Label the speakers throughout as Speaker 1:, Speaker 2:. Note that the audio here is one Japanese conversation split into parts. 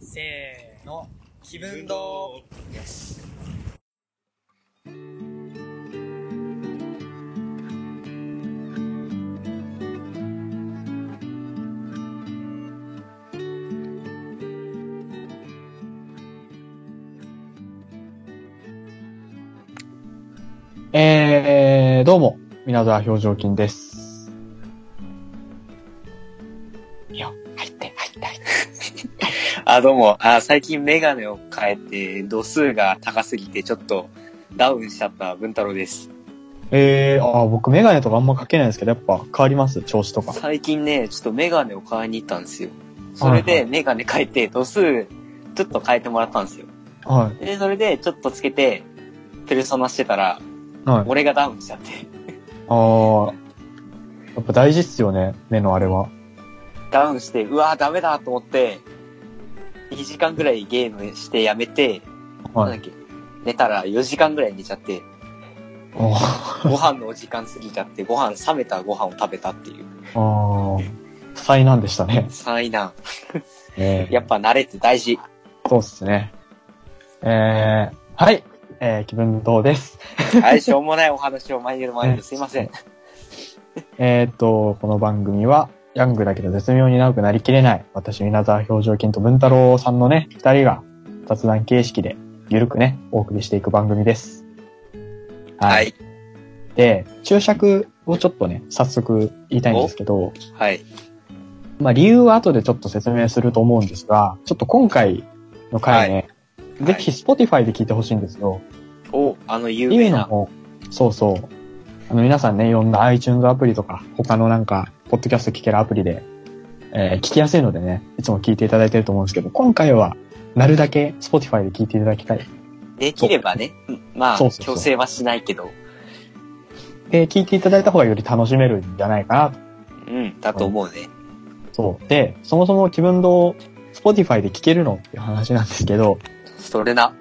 Speaker 1: せーの、気分堂
Speaker 2: えー、どうも、皆沢表情筋です。いや、入って、入って、入って。
Speaker 3: あ、どうも。あ、最近メガネを変えて、度数が高すぎて、ちょっとダウンしちゃった文太郎です。
Speaker 2: えー、あー、僕メガネとかあんまかけないんですけど、やっぱ変わります調子とか。
Speaker 3: 最近ね、ちょっとメガネを買いに行ったんですよ。それ
Speaker 2: はい
Speaker 3: でメガネ変えて、度数、ちょっと変えてもらったんですよ。
Speaker 2: は
Speaker 3: で、それでちょっとつけて、ペルソナしてたら、
Speaker 2: い。はい。
Speaker 3: 俺がダウンしちゃって。
Speaker 2: あー、やっぱ大事っすよね、目のあれは。
Speaker 3: ダウンして、うわーダメだと思って、2時間ぐらいゲームしてやめて、
Speaker 2: は
Speaker 3: なん
Speaker 2: い。
Speaker 3: だっけ、寝たら4時間ぐらい寝ちゃって、
Speaker 2: あー
Speaker 3: ご飯のお時間過ぎちゃって、ご飯冷めたご飯を食べたっていう。
Speaker 2: あー、災難でしたね。
Speaker 3: 災難。
Speaker 2: えー
Speaker 3: やっぱ慣れって大事。
Speaker 2: そうっすね。えー、はい。えー、気分どうです。
Speaker 3: はい、しょうもないお話を毎度毎度すいません。
Speaker 2: えーっと、この番組は、ヤングだけど絶妙に長くなりきれない、私、皆沢表情筋と文太郎さんのね、二人が雑談形式で、ゆるくね、お送りしていく番組です。
Speaker 3: は。い。
Speaker 2: で、注釈をちょっとね、早速言いたいんですけど、
Speaker 3: はい。
Speaker 2: まあ理由は後でちょっと説明すると思うんですが、ちょっと今回の回ね、
Speaker 3: い
Speaker 2: ぜひ Spotify で聞いてほしいんですよ。
Speaker 3: お、あの有
Speaker 2: 意
Speaker 3: 名
Speaker 2: 味の
Speaker 3: な。
Speaker 2: 方、そうそう。あの、皆さんね、いろんな iTunes アプリとか、他のなんか、ポッドキャスト聞けるアプリで、えー聞きやすいのでね、いつも聞いていただいてると思うんですけど、今回は、なるだけ Spotify で聞いていただきたい。
Speaker 3: できればね。まあ、
Speaker 2: そうそうそう
Speaker 3: 強制はしないけど。
Speaker 2: で、聞いていただいた方がより楽しめるんじゃないかなと。
Speaker 3: うん、だと思うね。
Speaker 2: そう。で、そもそも気分堂、Spotify で聞けるのっていう話なんですけど、
Speaker 3: それな。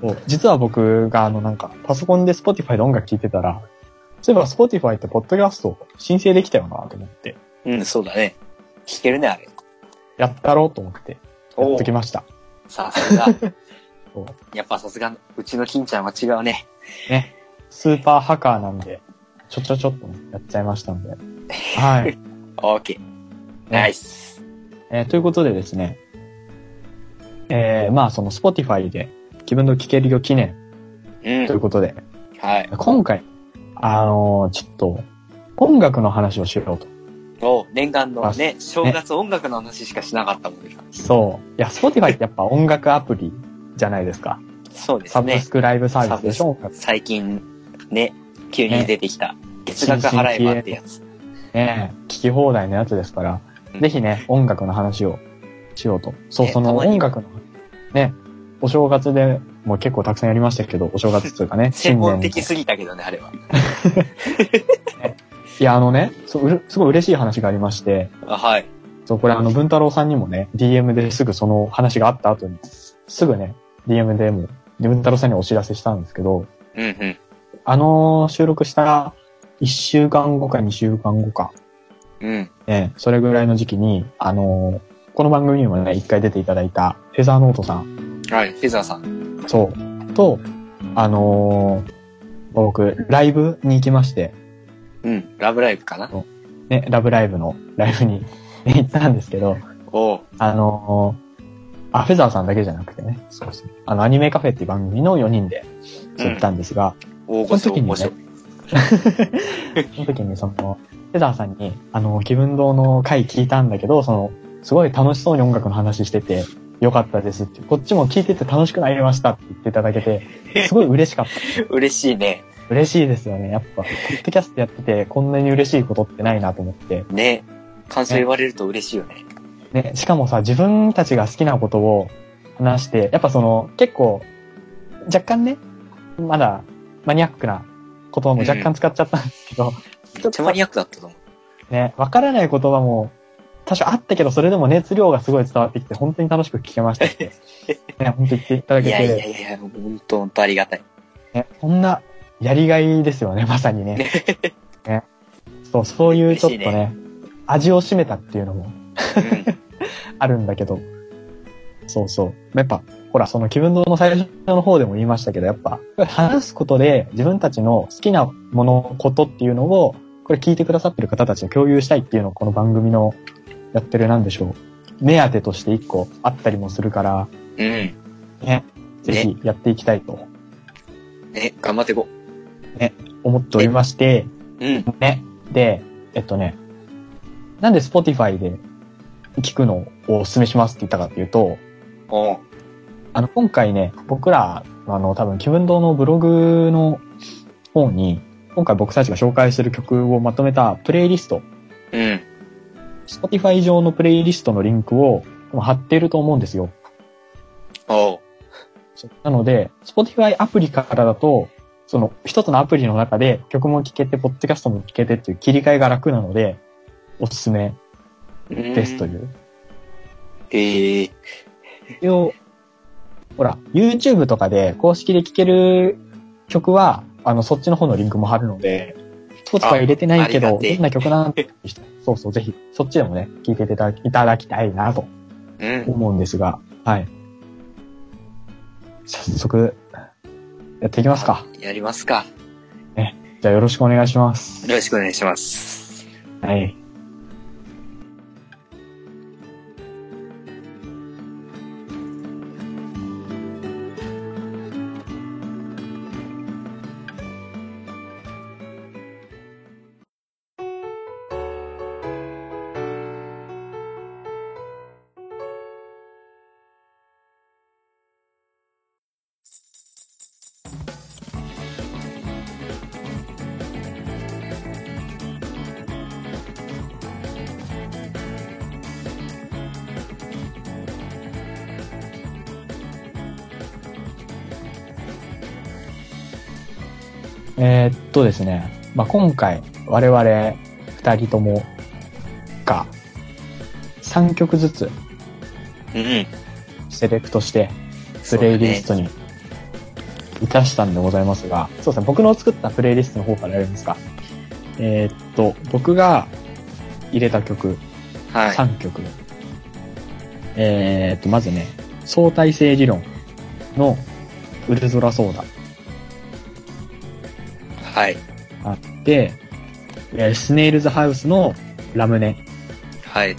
Speaker 2: そう実は僕があのなんか、パソコンで Spotify で音楽聞いてたら、そういえば Spotify ってポッドキャスト申請できたよなと思って、
Speaker 3: うん、そうだね。聞けるね、あれ。
Speaker 2: やったろうと思って、やっときました。
Speaker 3: さすが
Speaker 2: そう。
Speaker 3: やっぱさすが、うちの金ちゃんは違うね。
Speaker 2: スーパーハッカーなんで、ちょちょちょっとね、やっちゃいましたん で。はい。
Speaker 3: オーケー。ナイス。
Speaker 2: えーということでですね、えー、まあその Spotify で気分の聞けるよ記念
Speaker 3: うん
Speaker 2: とい。うことで、
Speaker 3: はい。
Speaker 2: 今回、あのーちょっと、音楽の話をしようと。
Speaker 3: お、念願の
Speaker 2: あ
Speaker 3: ね、正月音楽の話しかしなかったもんね。
Speaker 2: そう。いや、Spotify ってやっぱ音楽アプリじゃないですか。
Speaker 3: そうです
Speaker 2: サブ
Speaker 3: ね
Speaker 2: ス。クライブサービスでしょ、音楽
Speaker 3: 最近、ね、急に
Speaker 2: ね
Speaker 3: 出てきた。月額払えばってやつ。
Speaker 2: ねえ聞き放題のやつですから、
Speaker 3: うん
Speaker 2: ぜひね、音楽の話をしようと。そう、
Speaker 3: ね
Speaker 2: その
Speaker 3: たまに
Speaker 2: 音楽の、ね、お正月でも結構たくさんやりましたけど、お正月というか ね、
Speaker 3: 専門的
Speaker 2: 新年
Speaker 3: すぎたけどね、あれは。
Speaker 2: いや、あのね、そううれすごい嬉しい話がありまして、
Speaker 3: あはい。
Speaker 2: そう、これあの、文太郎さんにもね、DM ですぐその話があった後に、すぐね、DM でも、で文太郎さんにお知らせしたんですけど、
Speaker 3: うんうん。
Speaker 2: あの収録した1週間後か2週間後か、
Speaker 3: うん。
Speaker 2: ね、それぐらいの時期に、あのーこの番組にもね、一回出ていただいた、フェザーノートさん、
Speaker 3: はい。フェザーさん。
Speaker 2: そう、と、あのー僕、ライブに行きまして、
Speaker 3: うん。ラブライブかな
Speaker 2: ね、ラブライブのライブに 行ったんですけど、
Speaker 3: おう
Speaker 2: あのーあ、フェザーさんだけじゃなくてね、そうそう。あの、アニメカフェっていう番組の4人で、そう行ったんですが、
Speaker 3: 大
Speaker 2: そ
Speaker 3: 御
Speaker 2: の
Speaker 3: 所面
Speaker 2: 時にね
Speaker 3: 白い。、
Speaker 2: その時にその、フェザーさんに、あの、気分堂の回聞いたんだけど、その、すごい楽しそうに音楽の話してて、よかったですって、こっちも聞いてて楽しくなりましたって言っていただけて、すごい嬉しかった。
Speaker 3: 嬉しいね。
Speaker 2: 嬉しいですよね。やっぱ、ポッドキャストやってて、こんなに嬉しいことってないなと思って。
Speaker 3: ね。感想言われると嬉しいよね。
Speaker 2: ね、しかもさ、自分たちが好きなことを話して、やっぱその、結構、若干ね、まだ、マニアックな言葉も若干使っちゃったんですけど、ち
Speaker 3: め
Speaker 2: ょ
Speaker 3: っ
Speaker 2: っ
Speaker 3: ちゃ
Speaker 2: と
Speaker 3: マニアックだったと思う。
Speaker 2: ね、わからない言葉も多少あったけど、それでも熱量がすごい伝わってきて、本当に楽しく聞けまし たって。ね、本当に言っていただ
Speaker 3: い
Speaker 2: け
Speaker 3: や
Speaker 2: て、
Speaker 3: いやいや、本当本当ありがたい。
Speaker 2: ね、こんなやりがいですよね、まさにね。ねそう、そういうちょっとね、
Speaker 3: 嬉しい
Speaker 2: 味を占めたっていうのも
Speaker 3: うん。
Speaker 2: あるんだけど、そうそう。やっぱ、ほら、その気分堂の最初の方でも言いましたけど、やっぱ、話すことで自分たちの好きなもの、ことっていうのを、これ聞いてくださってる方たちに共有したいっていうのを、この番組のやってるなんでしょう。目当てとして一個あったりもするから、
Speaker 3: うん。
Speaker 2: ね、ぜひやっていきたいと
Speaker 3: ね、頑張っていこ
Speaker 2: 思っておりまして、
Speaker 3: う。うん。
Speaker 2: ね。で、えっとね、なんで Spotify で聞くのをお勧めしますって言ったかっていうと、
Speaker 3: おう
Speaker 2: あの、今回ね、僕ら、あの、多分、気分堂のブログの方に、今回僕たちが紹介してる曲をまとめたプレイリスト、
Speaker 3: うん。
Speaker 2: Spotify 上のプレイリストのリンクを多分貼っていると思うんですよ。
Speaker 3: おう。
Speaker 2: なので、Spotify アプリからだと、その、一つのアプリの中で曲も聴けて、ポッドキャストも聴けてっていう切り替えが楽なので、おすすめですと
Speaker 3: う
Speaker 2: い
Speaker 3: ん。
Speaker 2: う。
Speaker 3: ええ
Speaker 2: 要、ほら、YouTube とかで公式で聴ける曲は、あの、そっちの方のリンクも貼るので、トーとか入れてないけ
Speaker 3: ああり
Speaker 2: ど、
Speaker 3: がてえ
Speaker 2: どんな曲なんて 人、そうそう、ぜひ、そっちでもね、聴いていただきいただきたいなと
Speaker 3: うん。
Speaker 2: 思うんですが、はい。早速、やっていきますか。
Speaker 3: やりますか。
Speaker 2: じゃあよろしくお願いします。
Speaker 3: よろしくお願いします。
Speaker 2: はい。えーっとですね、まあ、今回、我々二人ともが、3曲ずつ
Speaker 3: うん。
Speaker 2: セレクトして、プレイリストにいたしたんでございますが、そうですね、僕の作ったプレイリストの方からやりますか。えーっと、僕が入れた曲、
Speaker 3: そうだね。は
Speaker 2: 3曲。えーっと、まずね、相対性理論のウルトラソーダ。
Speaker 3: い。はい。
Speaker 2: あって、えースネイルズハウスのラムネ。
Speaker 3: はい。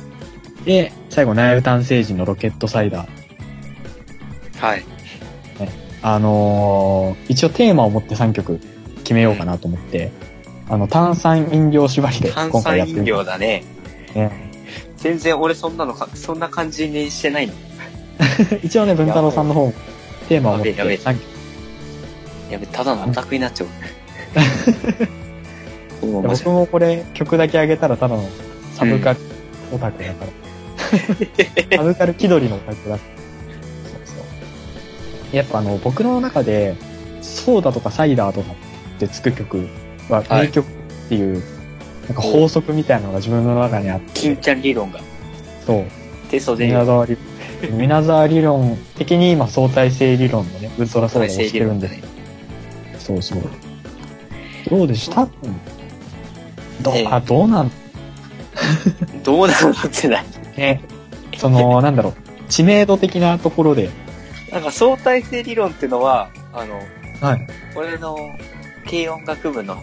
Speaker 2: で、最後、ナイルタン星人のロケットサイダー。
Speaker 3: はい。
Speaker 2: あのー一応テーマを持って3曲決めようかなと思って、あの、炭酸飲料縛りで
Speaker 3: 炭
Speaker 2: 今回や
Speaker 3: 酸
Speaker 2: って
Speaker 3: 飲
Speaker 2: み
Speaker 3: 料だね。
Speaker 2: ね
Speaker 3: 全然俺そんなのか、そんな感じにしてないの。
Speaker 2: て。一応ね、文太郎さんの方もテーマを持って
Speaker 3: やべえやべえ
Speaker 2: 3曲。
Speaker 3: やべ、ただのオタクになっちゃう。もう面
Speaker 2: 僕
Speaker 3: 白い
Speaker 2: もこれ曲だけあげたらただのサブカルオタクだから。 サブカル気取りのオタクだから。そうそう。やっぱあの、僕の中で、ソーダとかサイダーとかってつく曲は
Speaker 3: はい
Speaker 2: 名曲っていう、なんか法則みたいなのが自分の中にあって、
Speaker 3: 金ちゃん理論が。
Speaker 2: そう。
Speaker 3: テストで
Speaker 2: 皆沢 理論。皆沢理論的に今相対性理論のね、ウルトラソーダをしてるんで。
Speaker 3: ね。
Speaker 2: そうそう。どうでしたどう
Speaker 3: ええ、
Speaker 2: あ、どうなん
Speaker 3: どうなのってない。
Speaker 2: ね、その、なんだろう、知名度的なところで。
Speaker 3: なんか相対性理論っていうのは、あの、
Speaker 2: はい。
Speaker 3: 俺の軽音楽部の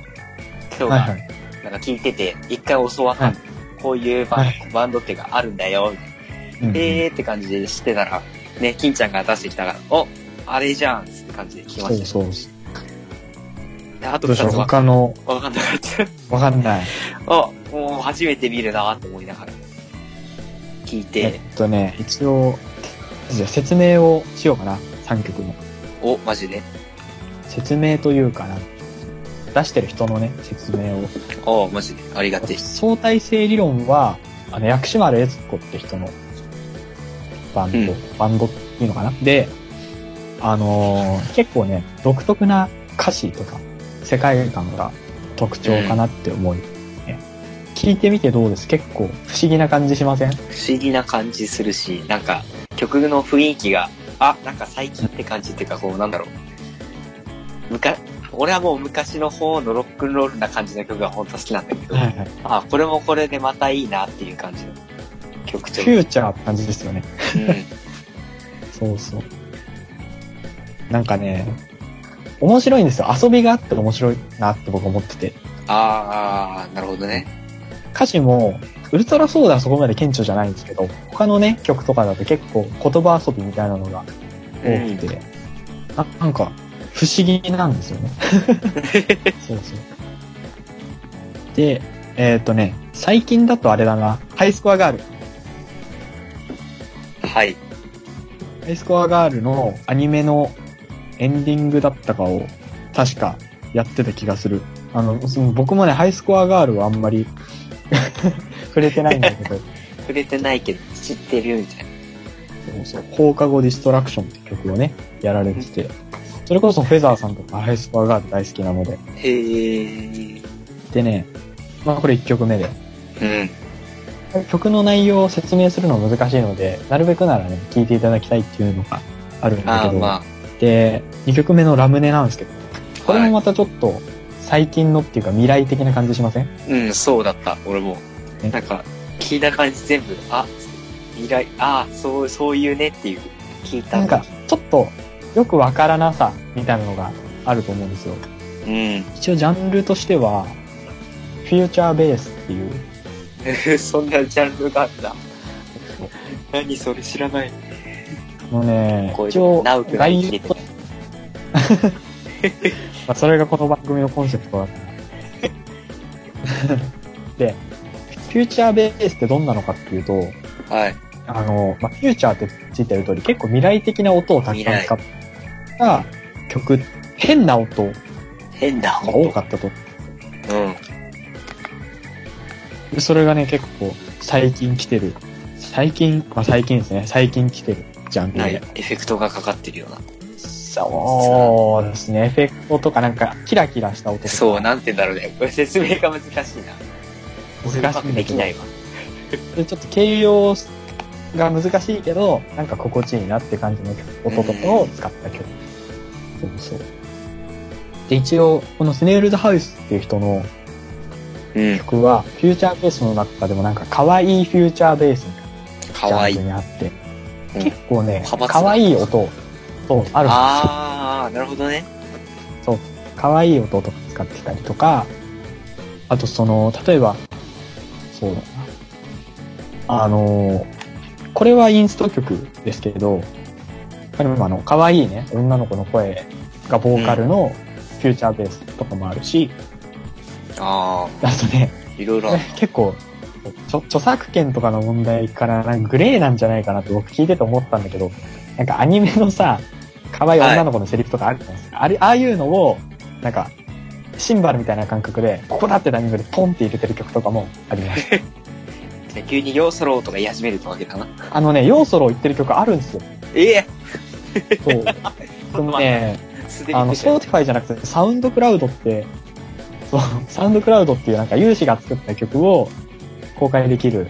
Speaker 3: 人
Speaker 2: はいは
Speaker 3: が
Speaker 2: い。
Speaker 3: なんか聞いてて、一回教わったの、
Speaker 2: はい
Speaker 3: こういうバ,、
Speaker 2: は
Speaker 3: バンドってがあるんだよ、みたいな
Speaker 2: うん
Speaker 3: えーって感じでしてたら、ね、金ちゃんが出してきたから、おあれじゃんって感じで聞きま
Speaker 2: そう
Speaker 3: し
Speaker 2: そう。
Speaker 3: た。であと
Speaker 2: どうし
Speaker 3: 2
Speaker 2: よう
Speaker 3: つは
Speaker 2: 他の、
Speaker 3: 分かんなか った。
Speaker 2: わかんない。
Speaker 3: あ、もう初めて見るなと思いながら聞いて、
Speaker 2: えっとね、一応、じゃあ説明をしようかな、3曲の。
Speaker 3: お、マジで
Speaker 2: 説明というかな。出してる人のね、説明を。
Speaker 3: おマジでありがてえ。
Speaker 2: 相対性理論は、あの、薬師丸悦子って人のバンド、
Speaker 3: うん
Speaker 2: バンドっていうのかな。で、あのー結構ね、独特な歌詞とか、世界観が特徴かなって思い、ね聞いてみてどうです結構不思議な感じしません
Speaker 3: 不思議な感じするし、なんか曲の雰囲気が、あ、なんか最近って感じっていうか、こうなんだろう。むか、俺はもう昔の方のロックンロールな感じの曲が本当好きなんだけど、
Speaker 2: はいはい。
Speaker 3: あ、これもこれでまたいいなっていう感じの曲
Speaker 2: フ
Speaker 3: 調。
Speaker 2: ューチャーって感じですよね。
Speaker 3: うん
Speaker 2: そうそう。なんかね、面白いんですよ。遊びがあって面白いなって僕思ってて。
Speaker 3: あーあー、なるほどね。
Speaker 2: 歌詞も、ウルトラソーダはそこまで顕著じゃないんですけど、他のね、曲とかだと結構言葉遊びみたいなのが多くて、ななんか、不思議なんですよね。そうそう。で、えっ、とね、最近だとあれだな、ハイスコアガール。
Speaker 3: はい。
Speaker 2: ハイスコアガールのアニメのエンディングだったかを、確かやってた気がする。あの、その僕もね、ハイスコアガールはあんまり 触れてないんだけど、
Speaker 3: 触れてないけど、知ってるみたいな。
Speaker 2: そうそう、放課後ディストラクションって曲をね、やられてて、それこそフェザーさんとかハイスコアガール大好きなので。
Speaker 3: へえ。
Speaker 2: でね、まあこれ1曲目で。
Speaker 3: うん。
Speaker 2: 曲の内容を説明するの難しいので、なるべくならね、聴いていただきたいっていうのがあるんだ
Speaker 3: あ
Speaker 2: け
Speaker 3: あ、
Speaker 2: ど、
Speaker 3: ま
Speaker 2: で、2曲目のラムネなんですけど、
Speaker 3: あ。
Speaker 2: これも
Speaker 3: は
Speaker 2: またちょっと最近のっていうか未来的な感じしません
Speaker 3: い、うん、そうだった。俺も
Speaker 2: え。
Speaker 3: なんか、聞いた感じ全部、あ、未来、ああ、そう、そういうねっていう、聞いた。
Speaker 2: なんか、ちょっとよくわからなさみたいなのがあると思うんですよ。
Speaker 3: うん。
Speaker 2: 一応ジャンルとしては、フューチャーベースっていう、
Speaker 3: そんなジャンルがあった。何それ知らない。
Speaker 2: あのね、
Speaker 3: こういう
Speaker 2: 一応
Speaker 3: の、ナウくない聞
Speaker 2: 概
Speaker 3: い
Speaker 2: 要
Speaker 3: て
Speaker 2: と
Speaker 3: ね。
Speaker 2: まあ、それがこの番組のコンセプトだから で、フューチャーベースってどんなのかっていうと、
Speaker 3: はい。
Speaker 2: あの、まあ、フューチャーってついてる通り、結構未来的な音をたくさん使った曲、変な音が
Speaker 3: 変だ。
Speaker 2: 多かったと。
Speaker 3: うん。
Speaker 2: でそれがね、結構最近来てる。最近、まあ、最近ですね。最近来てるジャンル
Speaker 3: な
Speaker 2: で
Speaker 3: い。。エフェクトがかかってるような。
Speaker 2: そうですね。エフェクトとかなんか、キラキラした音とか。
Speaker 3: そう、なんて言うんだろうね。これ説明が難しいな。
Speaker 2: 難し
Speaker 3: う
Speaker 2: い
Speaker 3: ま
Speaker 2: ん
Speaker 3: く
Speaker 2: だ
Speaker 3: で
Speaker 2: け
Speaker 3: き
Speaker 2: ど
Speaker 3: ないわ。
Speaker 2: でちょっと形容が難しいけど、なんか心地いいなって感じの音とかを使った曲。そうそう。で、一応、このスネールズハウスっていう人の
Speaker 3: うん。
Speaker 2: 曲は、フューチャーベースの中でもなんか、可愛いフューチャーベースみたい
Speaker 3: か
Speaker 2: な
Speaker 3: わ
Speaker 2: ジ
Speaker 3: いい
Speaker 2: ャンル。にあって、
Speaker 3: うん
Speaker 2: 結構ね
Speaker 3: 派閥、だ
Speaker 2: 可愛い音、そう、あるんですよ
Speaker 3: ああ、なるほどね。
Speaker 2: 可愛い音とか使ってたりとか、あとその、例えば、そうだな。あの、これはインスト曲ですけれど、他にもあの、可愛いね、女の子の声がボーカルのフューチャーベースとかもあるし、
Speaker 3: あ
Speaker 2: あとね、
Speaker 3: あ、いろいろあるな。
Speaker 2: 結構、ちょ著作権とかの問題からなんかグレーなんじゃないかなって僕聞いてて思ったんだけど、なんかアニメのさ、可愛い女の子のセリフとかあるじゃないですか。あれ、ああいうのを、なんか、シンバルみたいな感覚で、ここだってタイミングでポンって入れてる曲とかもあり ます。
Speaker 3: じゃあ急にヨーソローとか言い始めるってわけだな。
Speaker 2: あのね、要素を言ってる曲あるんですよ。
Speaker 3: ええ
Speaker 2: そう。でも ね、
Speaker 3: すで
Speaker 2: あ
Speaker 3: に
Speaker 2: の、
Speaker 3: 出
Speaker 2: ス
Speaker 3: てる
Speaker 2: ポーティファイじゃなくて、サウンドクラウドって、そう、サウンドクラウドっていうなんか有志が作った曲を公開できる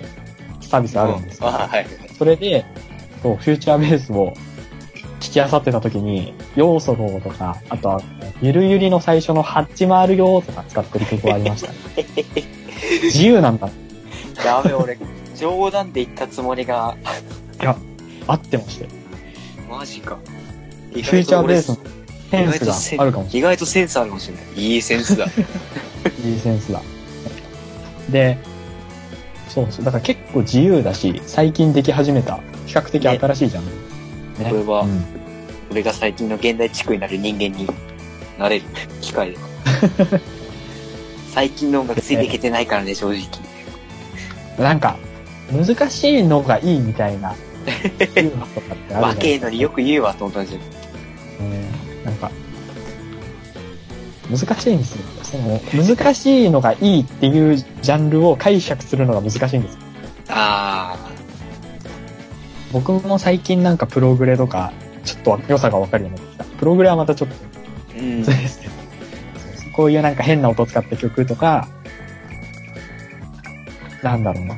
Speaker 2: サービスあるんです
Speaker 3: う
Speaker 2: よ。
Speaker 3: あはい。
Speaker 2: それで、そう、フューチャーベースを聞きあさってた時に、要素ローとか、あとは、ゆるゆりの最初のハッチ回るよーとか使ってる曲がありました、 ね。自由なんだ。
Speaker 3: ダメ、俺、冗談で言ったつもりが、
Speaker 2: 合ってまして。
Speaker 3: マジか。
Speaker 2: フューチャーベースのセン
Speaker 3: 意外と
Speaker 2: ス
Speaker 3: セ
Speaker 2: があるかもし
Speaker 3: 意外とセンスあるかもしれない。いいセンス だ。
Speaker 2: れない。いいセンスだ。で、そうそう。だから結構自由だし、最近でき始めた、比較的新しいジャンル。ね
Speaker 3: これは
Speaker 2: うん
Speaker 3: 俺が最近の現代地区になる人間になれる機会 だ。最近の音楽ついていけてないからね、正直。
Speaker 2: なんか、難しいのがいいみた いな、いうのとかってあるじゃないですか
Speaker 3: 若えのによく言うわ、と思ったんですよ。
Speaker 2: ねなんか、難しいんですよ。その、難しいのがいいっていうジャンルを解釈するのが難しいんですよ。
Speaker 3: あ
Speaker 2: 僕も最近なんかプログレとか、ちょっと良さがわかるようになってきた。プログレはまたちょっと
Speaker 3: ー。うん
Speaker 2: 別。ですけど、そう こういうなんか変な音を使った曲とか、なんだろうな。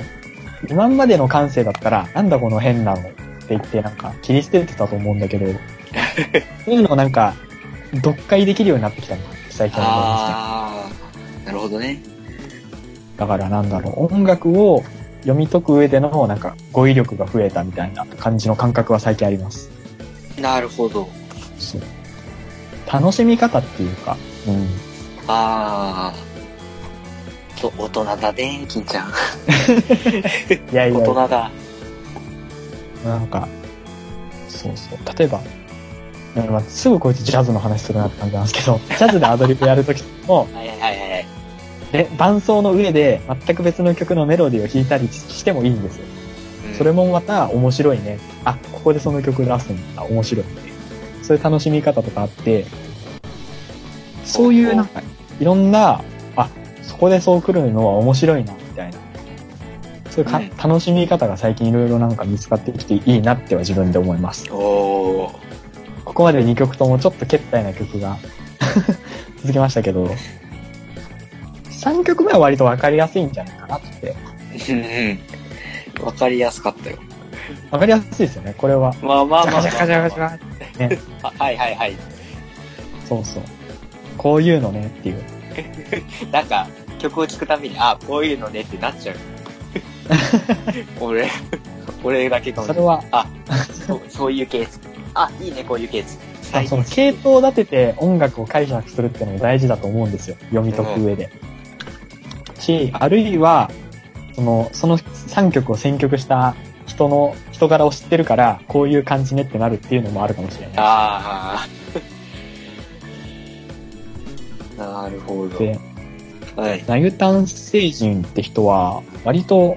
Speaker 2: 今までの感性だったら、なんだこの変なのって言ってなんか切り捨ててたと思うん だけど、そういうのをなんか、読解できるようになってきたのが最近思いました。
Speaker 3: ああ、なるほどね。
Speaker 2: だからなんだろう、音楽を読み解く上でのなんか語彙力が増えたみたいな感じの感覚は最近あります。
Speaker 3: なるほど。
Speaker 2: そう楽しみ方っていうか、うん、
Speaker 3: ああ。と、大人だね、金ちゃん。
Speaker 2: いやい
Speaker 3: 大
Speaker 2: や
Speaker 3: 人だ。
Speaker 2: なんか、そうそう。例えば、うんまあ、すぐこいつジャズの話するなって感じなんですけ ど、ジャズでアドリブやるときも、
Speaker 3: はいはいはいはい。
Speaker 2: で、伴奏の上で全く別の曲のメロディーを弾いたりしてもいいんですよ。
Speaker 3: うん
Speaker 2: それもまた面白いね。あ、ここでその曲出すんだ。面白いね。そういう楽しみ方とかあって、そういうなんか、いろんな、あ、そこでそう来るのは面白いな、みたいな。そういうか、
Speaker 3: うん
Speaker 2: 楽しみ方が最近いろいろなんか見つかってきていいなっては自分で思います。
Speaker 3: おー。
Speaker 2: ここまで2曲ともちょっと決体な曲が 続きましたけど、3曲目は割と分かりやすいんじゃないかなって。
Speaker 3: うんうん。わかりやすかったよ。
Speaker 2: 分かりやすいですよね、これは。
Speaker 3: まあまあまあ。
Speaker 2: ガチャガチャガチャガチャね、
Speaker 3: あはいはいはい。
Speaker 2: そうそう。こういうのねっていう。
Speaker 3: なんか、曲を聴くたびに、あこういうのねってなっ ちゃう。俺、俺だけかもし
Speaker 2: そ
Speaker 3: れ
Speaker 2: れ
Speaker 3: ない。
Speaker 2: は、
Speaker 3: あそう、そういうケース。あ、いいね、こういうケース。
Speaker 2: あその系統を立てて音楽を解釈するっていうのも大事だと思うんですよ。読み解く上で。し、あるいは、その、その3曲を選曲した人の、人柄を知ってるから、こういう感じねってなるっていうのもあるかもしれない。
Speaker 3: ああ。なるほど。
Speaker 2: で、
Speaker 3: はい。
Speaker 2: ナユタン星人って人は、割と、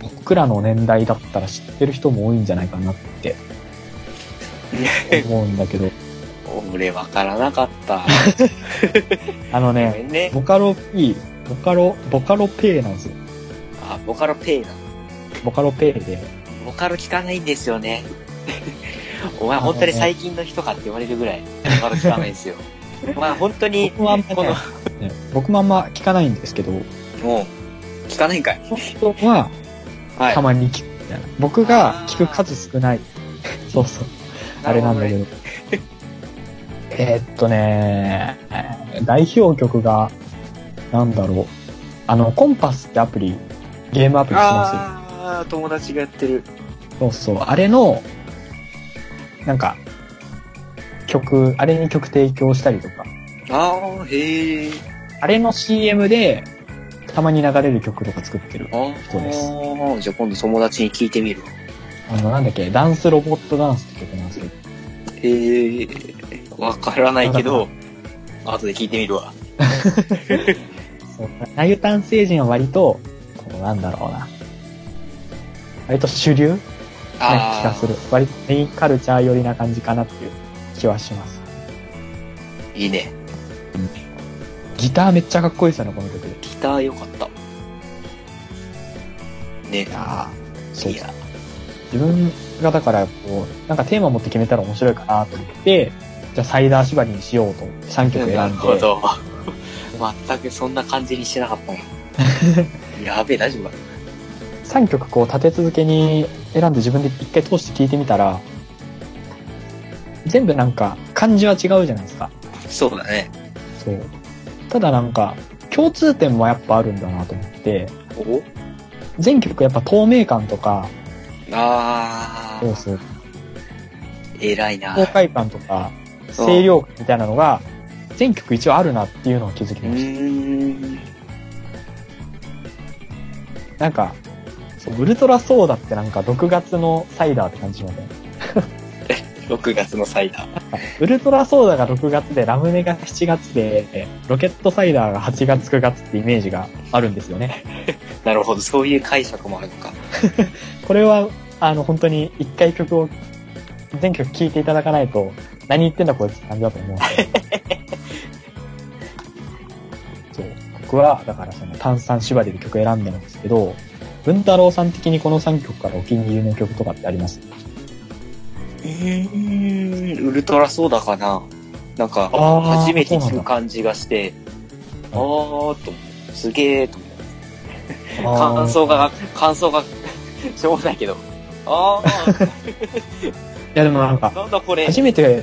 Speaker 2: 僕らの年代だったら知ってる人も多いんじゃないかなって思うんだ けど、
Speaker 3: 俺、わからなかった。
Speaker 2: あの
Speaker 3: ご
Speaker 2: ね
Speaker 3: め、んね。
Speaker 2: ボカロ P、ボカロ、ボカロペイなんですよ。
Speaker 3: あ、ボカロペイな。
Speaker 2: ボカロペイで、
Speaker 3: ボカロ聞かないんですよね。 お前、本当に最近の人かって言われるぐらい、ボカロ聞かないんですよ。 お前、本当に、
Speaker 2: 僕もあんま
Speaker 3: この
Speaker 2: ね、ね僕もあんま聞かないんですけど、
Speaker 3: もう、聞かないんかい。
Speaker 2: この人は
Speaker 3: は
Speaker 2: たまに聞くみたいな。僕が聞く数少ない。そうそう。あれなんだけど。えーっとね、代表曲が、なんだろう。あの、コンパスってアプリ、ゲームアプリしてま
Speaker 3: ああ、友達がやってる。
Speaker 2: すよ。そうそう。あれの、なんか、曲、あれに曲提供したりとか、
Speaker 3: ああ、へえ。
Speaker 2: あれの CM で、たまに流れる曲とか作ってる。
Speaker 3: あ
Speaker 2: そうです
Speaker 3: あ、じゃあ今度友達に聞いてみるわ。
Speaker 2: あの、なんだっけ、ダンスロボットダンスって曲なんですけど、
Speaker 3: へえ。わからないけど、後で聞いてみるわ。
Speaker 2: そうナユタン星人は割と、このなんだろうな。割と主流な気がする。割とメインカルチャー寄りな感じかなっていう気はします。
Speaker 3: いいね。
Speaker 2: ギターめっちゃかっこいいですよね、この曲で。
Speaker 3: ギターよかった。ね。
Speaker 2: やそう
Speaker 3: いや。
Speaker 2: 自分がだから、こう、なんかテーマ持って決めたら面白いかなと思って、じゃあサイダー縛りにしようと思って3曲
Speaker 3: なる
Speaker 2: 選ん
Speaker 3: ほ
Speaker 2: で、
Speaker 3: ど。全くそんな感じにしてなかったな。 やべえ、大丈夫か
Speaker 2: 3曲こう立て続けに選んで自分で一回通して聴いてみたら、全部なんか感じは違うじゃないですか。
Speaker 3: そうだね。
Speaker 2: そう。ただなんか、共通点もやっぱあるんだなと思って、
Speaker 3: お
Speaker 2: 全曲やっぱ透明感とか、
Speaker 3: あ
Speaker 2: そうそう、
Speaker 3: ー、偉いな。
Speaker 2: 爽快感とか、
Speaker 3: そう
Speaker 2: 清涼感みたいなのが、全曲一応あるなっていうのを気づき
Speaker 3: う
Speaker 2: まし
Speaker 3: ーん。
Speaker 2: た。なんか、そうウルトラソーダってなんか6月のサイダーって感じしません
Speaker 3: 6月のサイダー。
Speaker 2: ウルトラソーダが6月で、ラムネが7月で、ロケットサイダーが8月9月ってイメージがあるんですよね。
Speaker 3: なるほど、そういう解釈もあるのか。
Speaker 2: これは、あの、本当に一回曲を、全曲聴いていただかないと、何言ってんだこいつって感じだと思うんで。そう。僕は、だからその炭酸縛りで曲選んでるんですけど、文太郎さん的にこの3曲からお気に入りの曲とかってあります
Speaker 3: うーん、ウルトラソーダかな。なんか、
Speaker 2: あー
Speaker 3: 初めて
Speaker 2: そう
Speaker 3: 聞
Speaker 2: なん
Speaker 3: く
Speaker 2: だ
Speaker 3: 感じがして、あーと
Speaker 2: うん
Speaker 3: 思う、すげーと思う。感想が。、感想が、しょうがないけど。あー、
Speaker 2: いやでもなんか、
Speaker 3: なんだこれ。
Speaker 2: 初めて、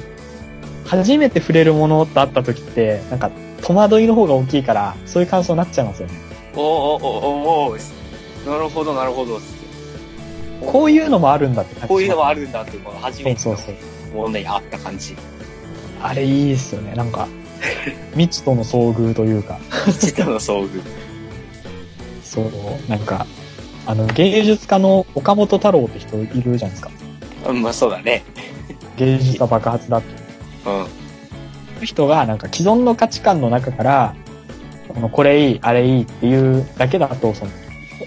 Speaker 2: 初めて触れるものと会った時って、なんか、戸惑いの方が大きいから、そういう感想になっちゃいますよね。
Speaker 3: おーおーおーおーおーなるほど、なるほど、つって。
Speaker 2: こういうのもあるんだって感じ。
Speaker 3: こういうのもあるんだっていう、この初めて
Speaker 2: そう
Speaker 3: の
Speaker 2: そうそう。
Speaker 3: ものにあった感じ。
Speaker 2: あれいいですよね。なんか、 未知との遭遇というか、
Speaker 3: 未知との遭遇。
Speaker 2: そう、なんか、あの、芸術家の岡本太郎って人いるじゃないですか。
Speaker 3: うん、まあそうだね。
Speaker 2: 芸術が爆発だって。
Speaker 3: うん。
Speaker 2: 人がなんか既存の価値観の中から、このこれいい、あれいいっていうだけだと、その、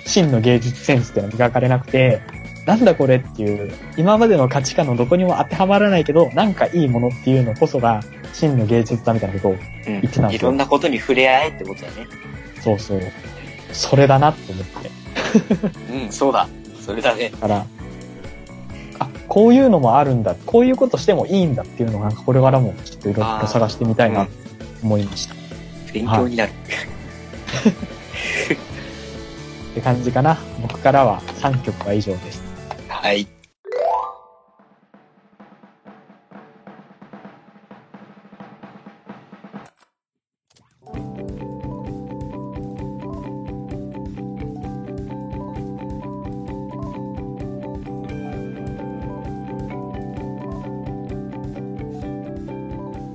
Speaker 2: 真の芸術センスっていうのは磨かれなくて、なんだこれっていう、今までの価値観のどこにも当てはまらないけど、なんかいいものっていうのこそが真の芸術だみたいなことを、
Speaker 3: うん
Speaker 2: 言ってたんですよ
Speaker 3: いろんなことに触れ合えってことだね。
Speaker 2: そうそう、それだなって思って。
Speaker 3: うん、そうだ。それだね。
Speaker 2: だから、あ、こういうのもあるんだ、こういうことしてもいいんだっていうのをなんかこれからもちょっといろいろ探してみたいなと思いました。
Speaker 3: 勉強になる。
Speaker 2: って感じかな。僕からは3曲は以上です。
Speaker 3: はい。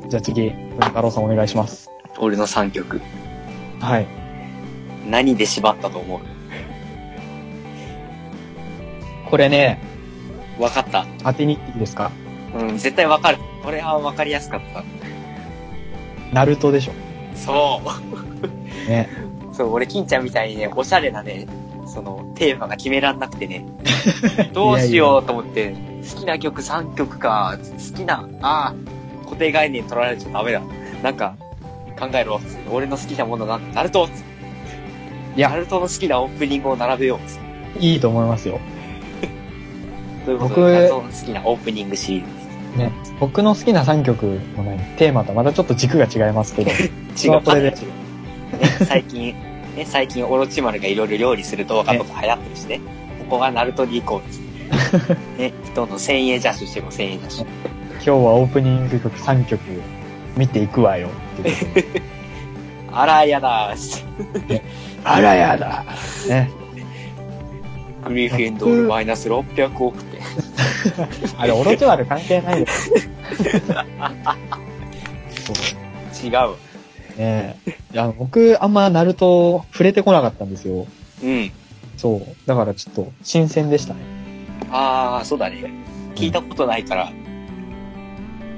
Speaker 2: じゃあ次、文太郎さんお願いします。
Speaker 3: 俺の3曲。
Speaker 2: はい。
Speaker 3: 何で縛ったと思う
Speaker 2: これね、
Speaker 3: 分かった。
Speaker 2: 当てに行っていいですか
Speaker 3: うん、絶対分かる。これは分かりやすかった。
Speaker 2: ナルトでしょ。
Speaker 3: そ
Speaker 2: ね。
Speaker 3: う。そう、俺、金ちゃんみたいにね、おしゃれなね、その、テーマが決めらんなくてね。どうしようと思って、好きな曲3曲か、好きな、ああ、固定概念取られちゃダメだ。なんか、考えろ。俺の好きなものなんナルト
Speaker 2: いや
Speaker 3: ナルトの好きなオープニングを並べよう。
Speaker 2: いいと思いますよ。
Speaker 3: ということ
Speaker 2: 僕
Speaker 3: で、ナルトの好きなオープニングシリ
Speaker 2: ね。僕の好きな3曲のね、テーマとまたちょっと軸が違いますけど、
Speaker 3: ーズ。
Speaker 2: 違うこれで
Speaker 3: ね、最近、ね、最近、オロチマルがいろいろ料理する動画とか流行ってるしね。ここがナルトに行こうっつって。ね、どんどん千円ジャッシュしていこう、千円ジャッシュ。
Speaker 2: 今日はオープニング曲3曲見ていくわよっていう。
Speaker 3: あら、やだー。
Speaker 2: あらやだ。ね。
Speaker 3: グリフィンドールマイナス600億って。
Speaker 2: あれ、オロチワル関係ないです。そう
Speaker 3: 違う。
Speaker 2: ね いや、僕、あんまナルト触れてこなかったんですよ。
Speaker 3: うん。
Speaker 2: そう。だからちょっと新鮮でしたね。
Speaker 3: あー、そうだね。聞いたことないから、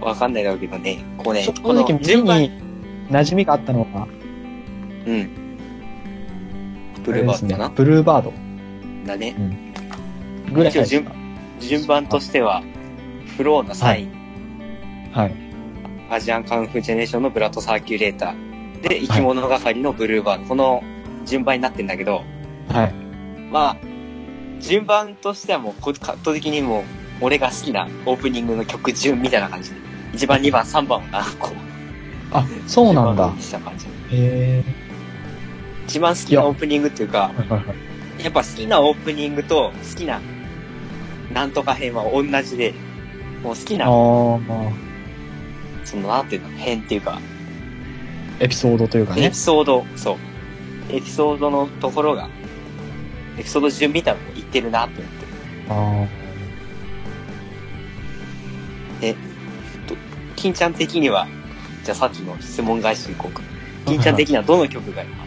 Speaker 3: わかんないだろうけどね。こうね、
Speaker 2: 正
Speaker 3: この
Speaker 2: 直、耳
Speaker 3: 順番。
Speaker 2: に馴染みがあったのが、
Speaker 3: うん。ブルーバードか
Speaker 2: あれです
Speaker 3: な、
Speaker 2: ねブルーバード
Speaker 3: だね。
Speaker 2: ぐらいです
Speaker 3: 一応順番としては、フローのサイン。
Speaker 2: はい。
Speaker 3: アジアンカンフージェネレーションのブラッドサーキュレーター。で、生き物係のブルーバード。この順番になってんだけど、
Speaker 2: はい。
Speaker 3: まあ、順番としてはもう、こ圧倒的にもう、俺が好きなオープニングの曲順みたいな感じで。1番、2番、3番をな、こう。
Speaker 2: あ、そうなんだ
Speaker 3: 順番。にした感じ。
Speaker 2: へ
Speaker 3: 一番好きなオープニングっていうか、
Speaker 2: はいはいはい。
Speaker 3: やっぱ好きなオープニングと好きななんとか編は同じで、もう好き
Speaker 2: あ
Speaker 3: な、
Speaker 2: ー、まあ、
Speaker 3: その、なんていうの、編っていうか、
Speaker 2: エピソードというか
Speaker 3: エ
Speaker 2: ね
Speaker 3: ピ。ソード、そう。エピソードのところが、エピソード順みたいなのも言ってるなって思って。
Speaker 2: あー
Speaker 3: 金ちゃん的には、じゃあさっきの質問返しに行こうか。金ちゃん的にはどの曲が良かっ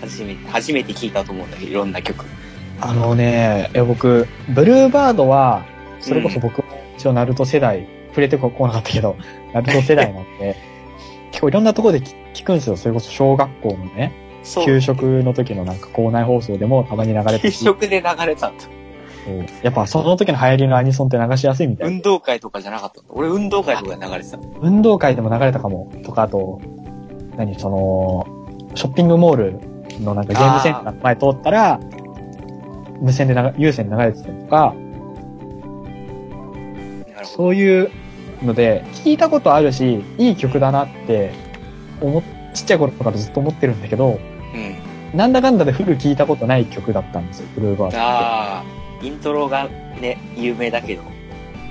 Speaker 3: た初めて、初めて聞いたと思うんだけど、いろんな曲。
Speaker 2: あのね、え僕、ブルーバードは、それこそ僕も一応ナルト世代、触れてこなかったけ ど、ナルト世代なんで、結構いろんなところで聞聞くんですよ。それこそ小学校のね、
Speaker 3: そう。
Speaker 2: 給。食の時のなんか校内放送でもたまに流れて
Speaker 3: 給
Speaker 2: るし、そう
Speaker 3: 食で流れたと。
Speaker 2: やっぱその時の流行りのアニソンって流しやすいみたいな。
Speaker 3: 運動会とかじゃなかったの俺運動会とかで流れてた。
Speaker 2: 運動会でも流れたかも。とか、あと、何、その、ショッピングモールのなんかゲームセンターの前通ったら、無線でなが有線で流れてたりとか、
Speaker 3: なるほ
Speaker 2: そういうので、聞いたことあるし、いい曲だなって、思っ、ちっちゃい頃からずっと思ってるんだけど、
Speaker 3: ど。うん。
Speaker 2: なんだかんだでフル聞いたことない曲だったんですよ、ブルーバードって。
Speaker 3: ああ、イントロがね、有名だけど、っ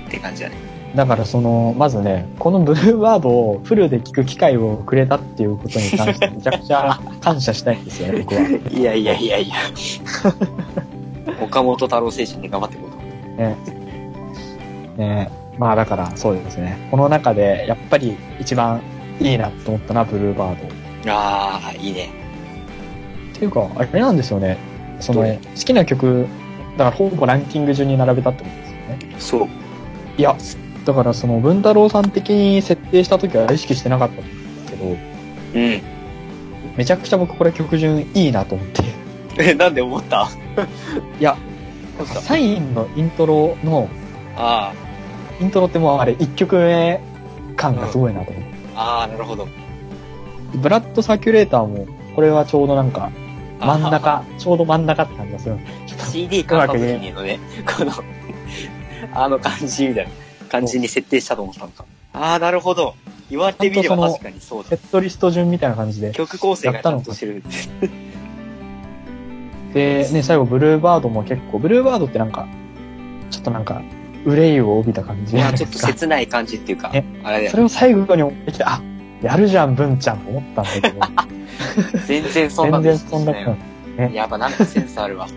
Speaker 3: て感じだね。
Speaker 2: だからその、まずね、このブルーバードをフルで聞く機会をくれたっていうことに関してめちゃくちゃ感謝したいんです よね、僕は。
Speaker 3: いやいやいやいや。岡本太郎精神で頑張っていこうと。
Speaker 2: ねねまあだからそうですね。この中でやっぱり一番いいなと思ったのはブルーバード。っ
Speaker 3: ああ、いいね。
Speaker 2: ていうか、あれなんですよね。その
Speaker 3: ど
Speaker 2: 好
Speaker 3: れ
Speaker 2: きな曲、だからほぼランキング順に並べたってことですよね。
Speaker 3: そう。
Speaker 2: いや、だからその文太郎さん的に設定した時は意識してなかったんですけど、
Speaker 3: うん。
Speaker 2: めちゃくちゃ僕これ曲順いいなと思って。
Speaker 3: え、なんで思った
Speaker 2: いや、
Speaker 3: 思った
Speaker 2: サインのイントロの、
Speaker 3: あ
Speaker 2: イントロってもうあれ1曲目感がすごいなと思って。
Speaker 3: あ、ああ、なるほど。
Speaker 2: ブラッドサーキュレーターも、これはちょうどなんか、
Speaker 3: あー
Speaker 2: 真ん。中、ちょうど真ん中って感じがする。ちょっと
Speaker 3: CD 買った時にのね、この、あの感じみたいな感じに設定したと思ったのか。ああ、なるほど。言われてみれば
Speaker 2: ちゃんとその
Speaker 3: 確かにそう
Speaker 2: セ
Speaker 3: だ。
Speaker 2: ットリスト順みたいな感じで。
Speaker 3: 曲構成がちゃんとしてる。
Speaker 2: で、ね、最後、ブルーバードも結構、ブルーバードってなんか、ちょっとなんか、憂いを帯びた感じ
Speaker 3: い
Speaker 2: じゃな
Speaker 3: や、
Speaker 2: い
Speaker 3: ち
Speaker 2: で
Speaker 3: ょっと
Speaker 2: すか。
Speaker 3: 切ない感じっていうか
Speaker 2: え、
Speaker 3: あれだ
Speaker 2: そ
Speaker 3: よ。
Speaker 2: れを最後に持ってきて、あ、やるじゃん、文ちゃんと思ったんだけど、
Speaker 3: 全然そんな
Speaker 2: 全
Speaker 3: の
Speaker 2: 然そんな
Speaker 3: し
Speaker 2: こ
Speaker 3: い
Speaker 2: とな
Speaker 3: よ
Speaker 2: い。
Speaker 3: やっぱなんかセンスあるわ。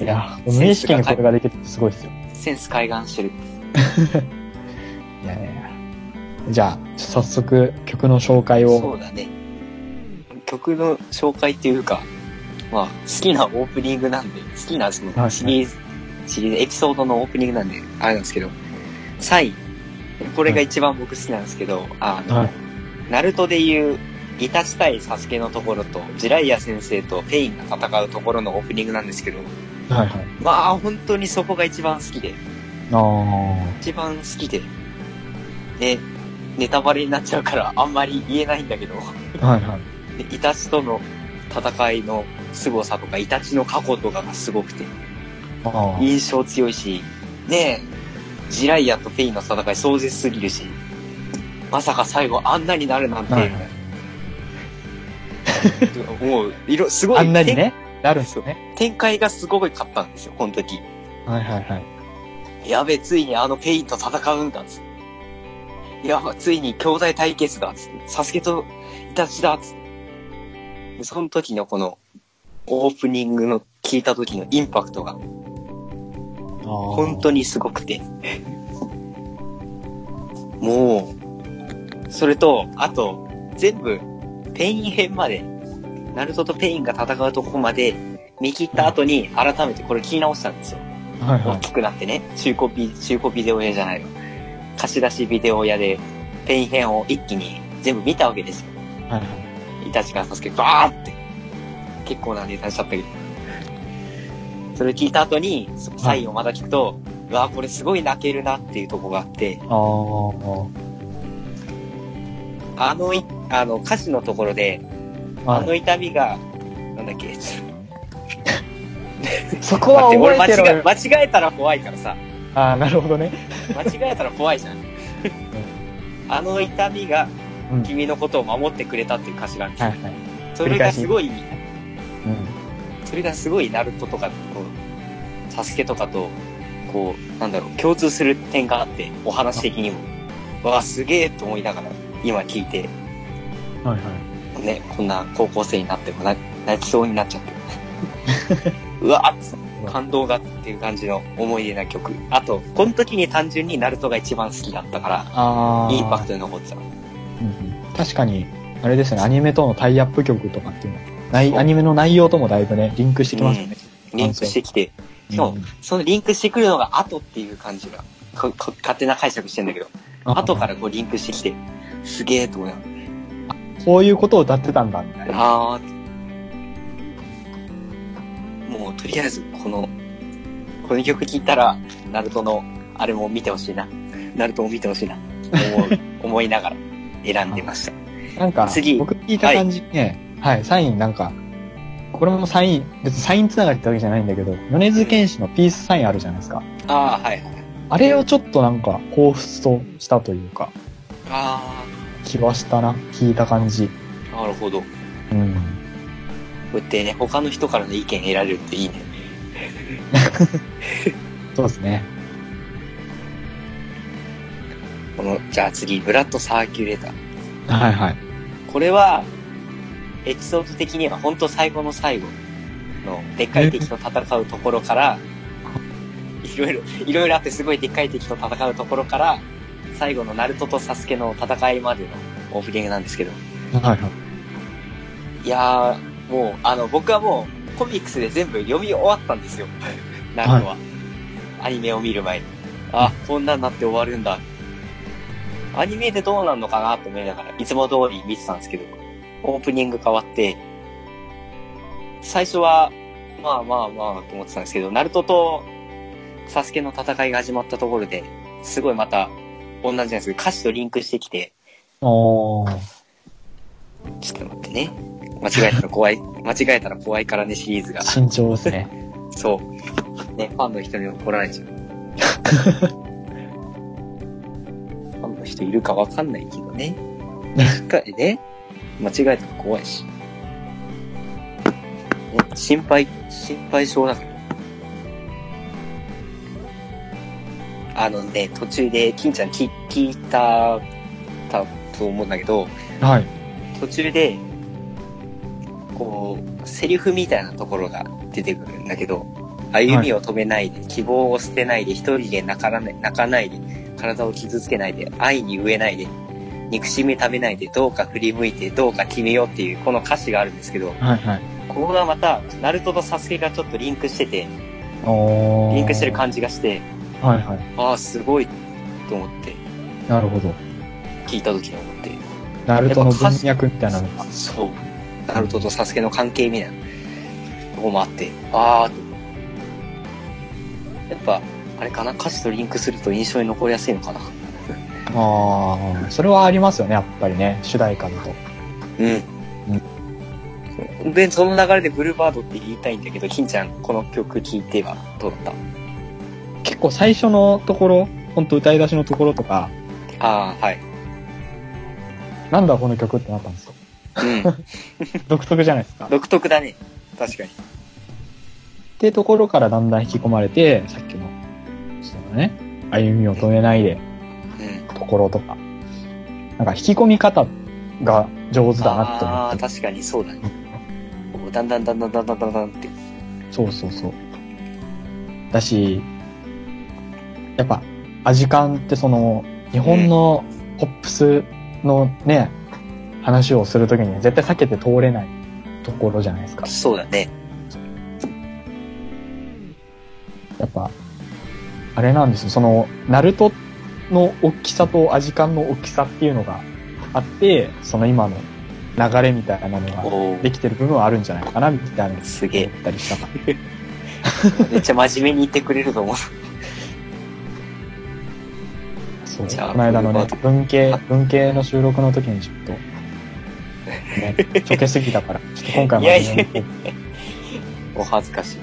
Speaker 2: いや、無意識にこれができるってすごいですよ。
Speaker 3: センス開眼してる。
Speaker 2: いやいやいやじゃあ、ちょっと早速、曲の紹介
Speaker 3: そ
Speaker 2: を。
Speaker 3: うだね。曲の紹介っていうか、まあ、好きなオープニングなんで、好きなそ
Speaker 2: はいは
Speaker 3: の
Speaker 2: い
Speaker 3: シリーズ、シリーズ、エピソードのオープニングなんで、あれなんですけど、サイン。これが一番僕好きなんですけど、あの、
Speaker 2: はい
Speaker 3: ナルトでいう、イタチ対サスケのところと、ジライア先生とフェインが戦うところのオープニングなんですけど、
Speaker 2: はいはい。
Speaker 3: まあ、本当にそこが一番好きで、
Speaker 2: あー。
Speaker 3: 一番好きで、で、ネタバレになっちゃうから、あんまり言えないんだけど、
Speaker 2: はいはい。
Speaker 3: でイタチとの戦いの凄さとか、イタチの過去とかがすごくて、
Speaker 2: あー
Speaker 3: 印象強いし、ねえ、ジライアとフェインの戦い壮絶すぎるし、まさか最後あんなになるなんて、
Speaker 2: はいはい
Speaker 3: もう、いろ、すごい、
Speaker 2: あんなにね、なるんですよね。
Speaker 3: 展展開がすごいかったんですよ、この時。
Speaker 2: はいはいはい。
Speaker 3: やべえ、ついにあのフェインと戦うんだ、つってやば、ついに兄弟対決だ、つってサスケとイタチだ、つってでその時のこの、オープニングの聞いた時のインパクトが、本
Speaker 2: 本
Speaker 3: 当にすごくて。もう、それと、あと、全部、ペイン編まで、ナルトとペインが戦うとこまで見切った後に、改めてこれ聞き直したんですよ。
Speaker 2: はいは
Speaker 3: 大きくなってね、中古ビ、中古ビデオ屋じゃないよ。貸し出しビデオ屋で、ペイン編を一気に全部見たわけですよ。
Speaker 2: い。はいはい
Speaker 3: イタチからサスケ、バーって。結構な値段しちゃったけど。それ聞いた後に、そサインをまた聞くと、うわーこれすごい泣けるなっていうとこがあって、
Speaker 2: あー。
Speaker 3: あのい、あの、歌詞のところで、あ
Speaker 2: は
Speaker 3: の痛みが、なんだっけ、
Speaker 2: い、そこは
Speaker 3: 待って俺
Speaker 2: 覚
Speaker 3: 間
Speaker 2: えて
Speaker 3: 違え
Speaker 2: る。
Speaker 3: 間違えたら怖いからさ。
Speaker 2: あー、なるほどね。
Speaker 3: 間違えたら怖いじゃん。あの痛みが
Speaker 2: うん
Speaker 3: 君のことを守ってくれたっていう歌詞があるんです
Speaker 2: は
Speaker 3: よ
Speaker 2: いはい。
Speaker 3: それがすごい、
Speaker 2: うん。
Speaker 3: それがすごいナルトとか、こう、サスケとかと、こう、なんだろう、共通する点があって、お話的にも。わあ、すげえと思いながら、今聞いて、
Speaker 2: はいはい。
Speaker 3: ね、こんな高校生になってもな泣きそうになっちゃって。うわ
Speaker 2: うわ
Speaker 3: 感動がっていう感じの思い出な曲。あと、この時に単純にナルトが一番好きだったから、
Speaker 2: あー。
Speaker 3: インパクトに残ってた。
Speaker 2: うんうん確かに、あれですね、アニメとのタイアップ曲とかっていうのはない
Speaker 3: そう
Speaker 2: アニメの内容ともだいぶね、リンクしてきますよね。
Speaker 3: リンクしてきて、
Speaker 2: うん、
Speaker 3: そうそのリンクしてくるのが後っていう感じが、ここ勝手な解釈してんだけど、
Speaker 2: あ
Speaker 3: 後からこうリンクしてきて、すげえと思いなが
Speaker 2: こういうことを歌ってたんだ、みたい
Speaker 3: ら
Speaker 2: な。
Speaker 3: あーもうとりあえず、この、この曲聴いたら、ナルトの、あれも見てほしいな。ナルトも見てほしいな。思う思いながら選んでました。
Speaker 2: なんか、
Speaker 3: 次
Speaker 2: 僕聞いた感じね、はい、サインなんか、これもサイン、別にサインつながりってわけじゃないんだけど、米津玄師のピースサインあるじゃないですか。
Speaker 3: ああ、はいはい。
Speaker 2: あれをちょっとなんか、彷彿としたというか、
Speaker 3: あ
Speaker 2: 気はしたな、聞いた感じ。
Speaker 3: あ、なるほど。こ
Speaker 2: うん。
Speaker 3: うやってね、他の人からの意見得られるっていいね。
Speaker 2: そうですね。
Speaker 3: この、じゃあ次、ブラッドサーキュレーター。
Speaker 2: はいはい。
Speaker 3: これは、エピソード的には本当最後の最後のでっかい敵と戦うところから、いろいろ、いろいろあってすごいでっかい敵と戦うところから、最後のナルトとサスケの戦いまでのオープニングなんですけど、
Speaker 2: はいはい。
Speaker 3: いやー、もう、あの、僕はもう、コミックスで全部読み終わったんですよ。ナルトは。アニメを見る前に。あ、こんなんなって終わるんだ。アニメでどうなんのかなと思いながら、いつも通り見てたんですけど、オープニング変わって、最初は、まあまあまあと思ってたんですけど、ナルトとサスケの戦いが始まったところで、すごいまた、同じなんですけど、歌詞とリンクしてきて、
Speaker 2: おー。
Speaker 3: ちょっと待ってね。間違えたら怖い、 間違えたら怖いからねシリーズが。
Speaker 2: 慎重ですね。
Speaker 3: そう。ね、ファンの人に怒られちゃう。ファンの人いるかわかんないけどね。しっかりね、間違えたら怖いし。ね心配、心配性だから。あのね、途中で、金ちゃん聞聞いた、たと思うんだけど、
Speaker 2: はい。
Speaker 3: 途中で、こう、セリフみたいなところが出てくるんだけど、歩みを止めないで、希望を捨てないで、一人で泣からない泣かないで、体を傷つけないで、愛に飢えないで、憎しみ食べないで、どうか振り向いて、どうか決めようっていう、この歌詞があるんですけど、
Speaker 2: はいはい。
Speaker 3: ここがまた、ナルトとサスケがちょっとリンクしてて、
Speaker 2: おー。
Speaker 3: リンクしてる感じがして、
Speaker 2: はいはい。
Speaker 3: ああ、すごい、と思って、
Speaker 2: なるほど。
Speaker 3: 聞いた時に思って。
Speaker 2: ナルトの文脈みたいなの。
Speaker 3: そう。ナルトとサスケの関係みたいなとこもあって、あーと。やっぱ、あれかな、歌詞とリンクすると印象に残りやすいのかな。
Speaker 2: あー。それはありますよね、やっぱりね。主題歌だと。
Speaker 3: うん。で、その流れでブルーバードって言いたいんだけど、金ちゃん、この曲聴いてはどうだっ
Speaker 2: 結構最初のところ、ほんと歌い出しのところとか、
Speaker 3: たあー、はい。
Speaker 2: なんだこの曲ってなったんですよ。
Speaker 3: うん。
Speaker 2: 独特じゃないですか。
Speaker 3: 独特だね。確かに。
Speaker 2: ってところからだんだん引き込まれて、さっきの、そうだね、歩みを止めないで、
Speaker 3: うん。
Speaker 2: ところとか、なんか引き込み方が上手だなって思
Speaker 3: ああー、
Speaker 2: って。
Speaker 3: 確かにそうだね。こうだんだんだんだんだんだんだんだんって。
Speaker 2: そうそうそう。だし、やっぱ、アジカンってその、日本のポップスのね、話をするときに絶対避けて通れないところじゃないですか。
Speaker 3: そうだね。
Speaker 2: やっぱ、あれなんですよ。その、ナルトの大きさとアジカンの大きさっていうのがあって、その今の流れみたいなのが
Speaker 3: おー
Speaker 2: できてる部分はあるんじゃないかな、みたいな。
Speaker 3: すげえ。
Speaker 2: たりしたか
Speaker 3: めっちゃ真面目に言ってくれると思う。
Speaker 2: ら。そう。
Speaker 3: じゃあ
Speaker 2: この間のね
Speaker 3: これ、
Speaker 2: 文系、文系の収録の時にちょっと、ね、 ちょけすぎたから、ちょっと今回も
Speaker 3: いやいやいや
Speaker 2: 真面目に
Speaker 3: お恥ずかしい。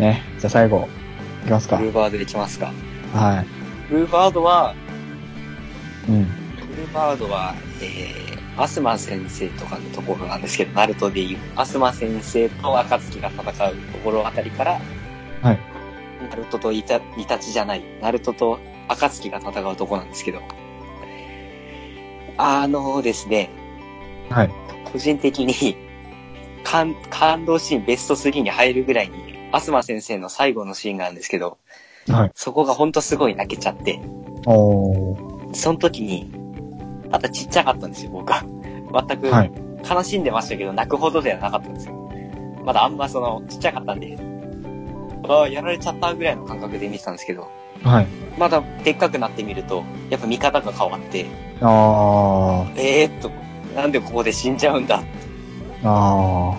Speaker 2: ね、じゃあ最後、いきます
Speaker 3: ブ
Speaker 2: か。
Speaker 3: ルーバードできますか。
Speaker 2: は
Speaker 3: ブルーバードは、
Speaker 2: い。うん。
Speaker 3: ブルーバードは、えー、アスマ先生とかのところなんですけど、ナルトでいう、アスマ先生と暁が戦うところあたりから、
Speaker 2: はい。
Speaker 3: ナルトとイタ、イタチじゃない、ナルトと暁が戦うところなんですけど、あのですね、
Speaker 2: はい。
Speaker 3: 個人的に 感、感動シーンベスト3に入るぐらいに、アスマ先生の最後のシーンがあるんですけど、
Speaker 2: はい。
Speaker 3: そこがほんとすごい泣けちゃって、
Speaker 2: おー。
Speaker 3: その時に、またちっちゃかったんですよ、僕は。 全く、
Speaker 2: はい。
Speaker 3: 悲しんでましたけど、泣くほどではなかったんですよ。まだあんまその、ちっちゃかったんで、ああ、やられちゃったぐらいの感覚で見てたんですけど、
Speaker 2: はい。
Speaker 3: まだでっかくなってみると、やっぱ見方が変わって、
Speaker 2: あー。
Speaker 3: えー、っと、なんでここで死んじゃうんだ
Speaker 2: あ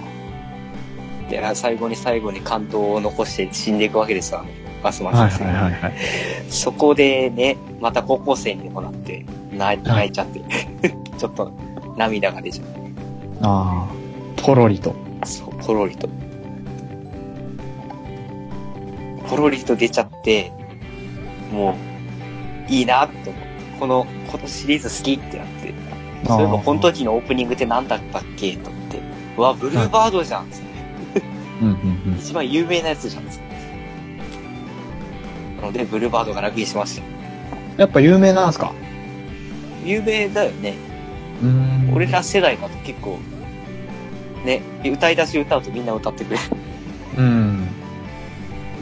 Speaker 3: って、最後に最後に感動を残して死んでいくわけですよ、あのバス
Speaker 2: ー。
Speaker 3: マ
Speaker 2: はい
Speaker 3: ン先生。
Speaker 2: はいはいはい。
Speaker 3: そこでね、また高校生にもなって、泣い泣いちゃって、 ちょっと涙が出ちゃう。
Speaker 2: ああ、ポロリと。
Speaker 3: そう、ポロリと。ポロリと出ちゃって、もう、いいなって思って、この、このシリーズ好きってなって、そういえばこの時のオープニングって何だったっけと思って、うわ、ブルーバードじゃん、
Speaker 2: うんうんうん。
Speaker 3: 一番有名なやつじゃん、なので、ブルーバードが楽にしましたよ。
Speaker 2: やっぱ有名なんすか
Speaker 3: 有名だよね。
Speaker 2: うーん
Speaker 3: 俺ら世代だと結構、ね、歌い出し歌うとみんな歌ってくれる。
Speaker 2: うん。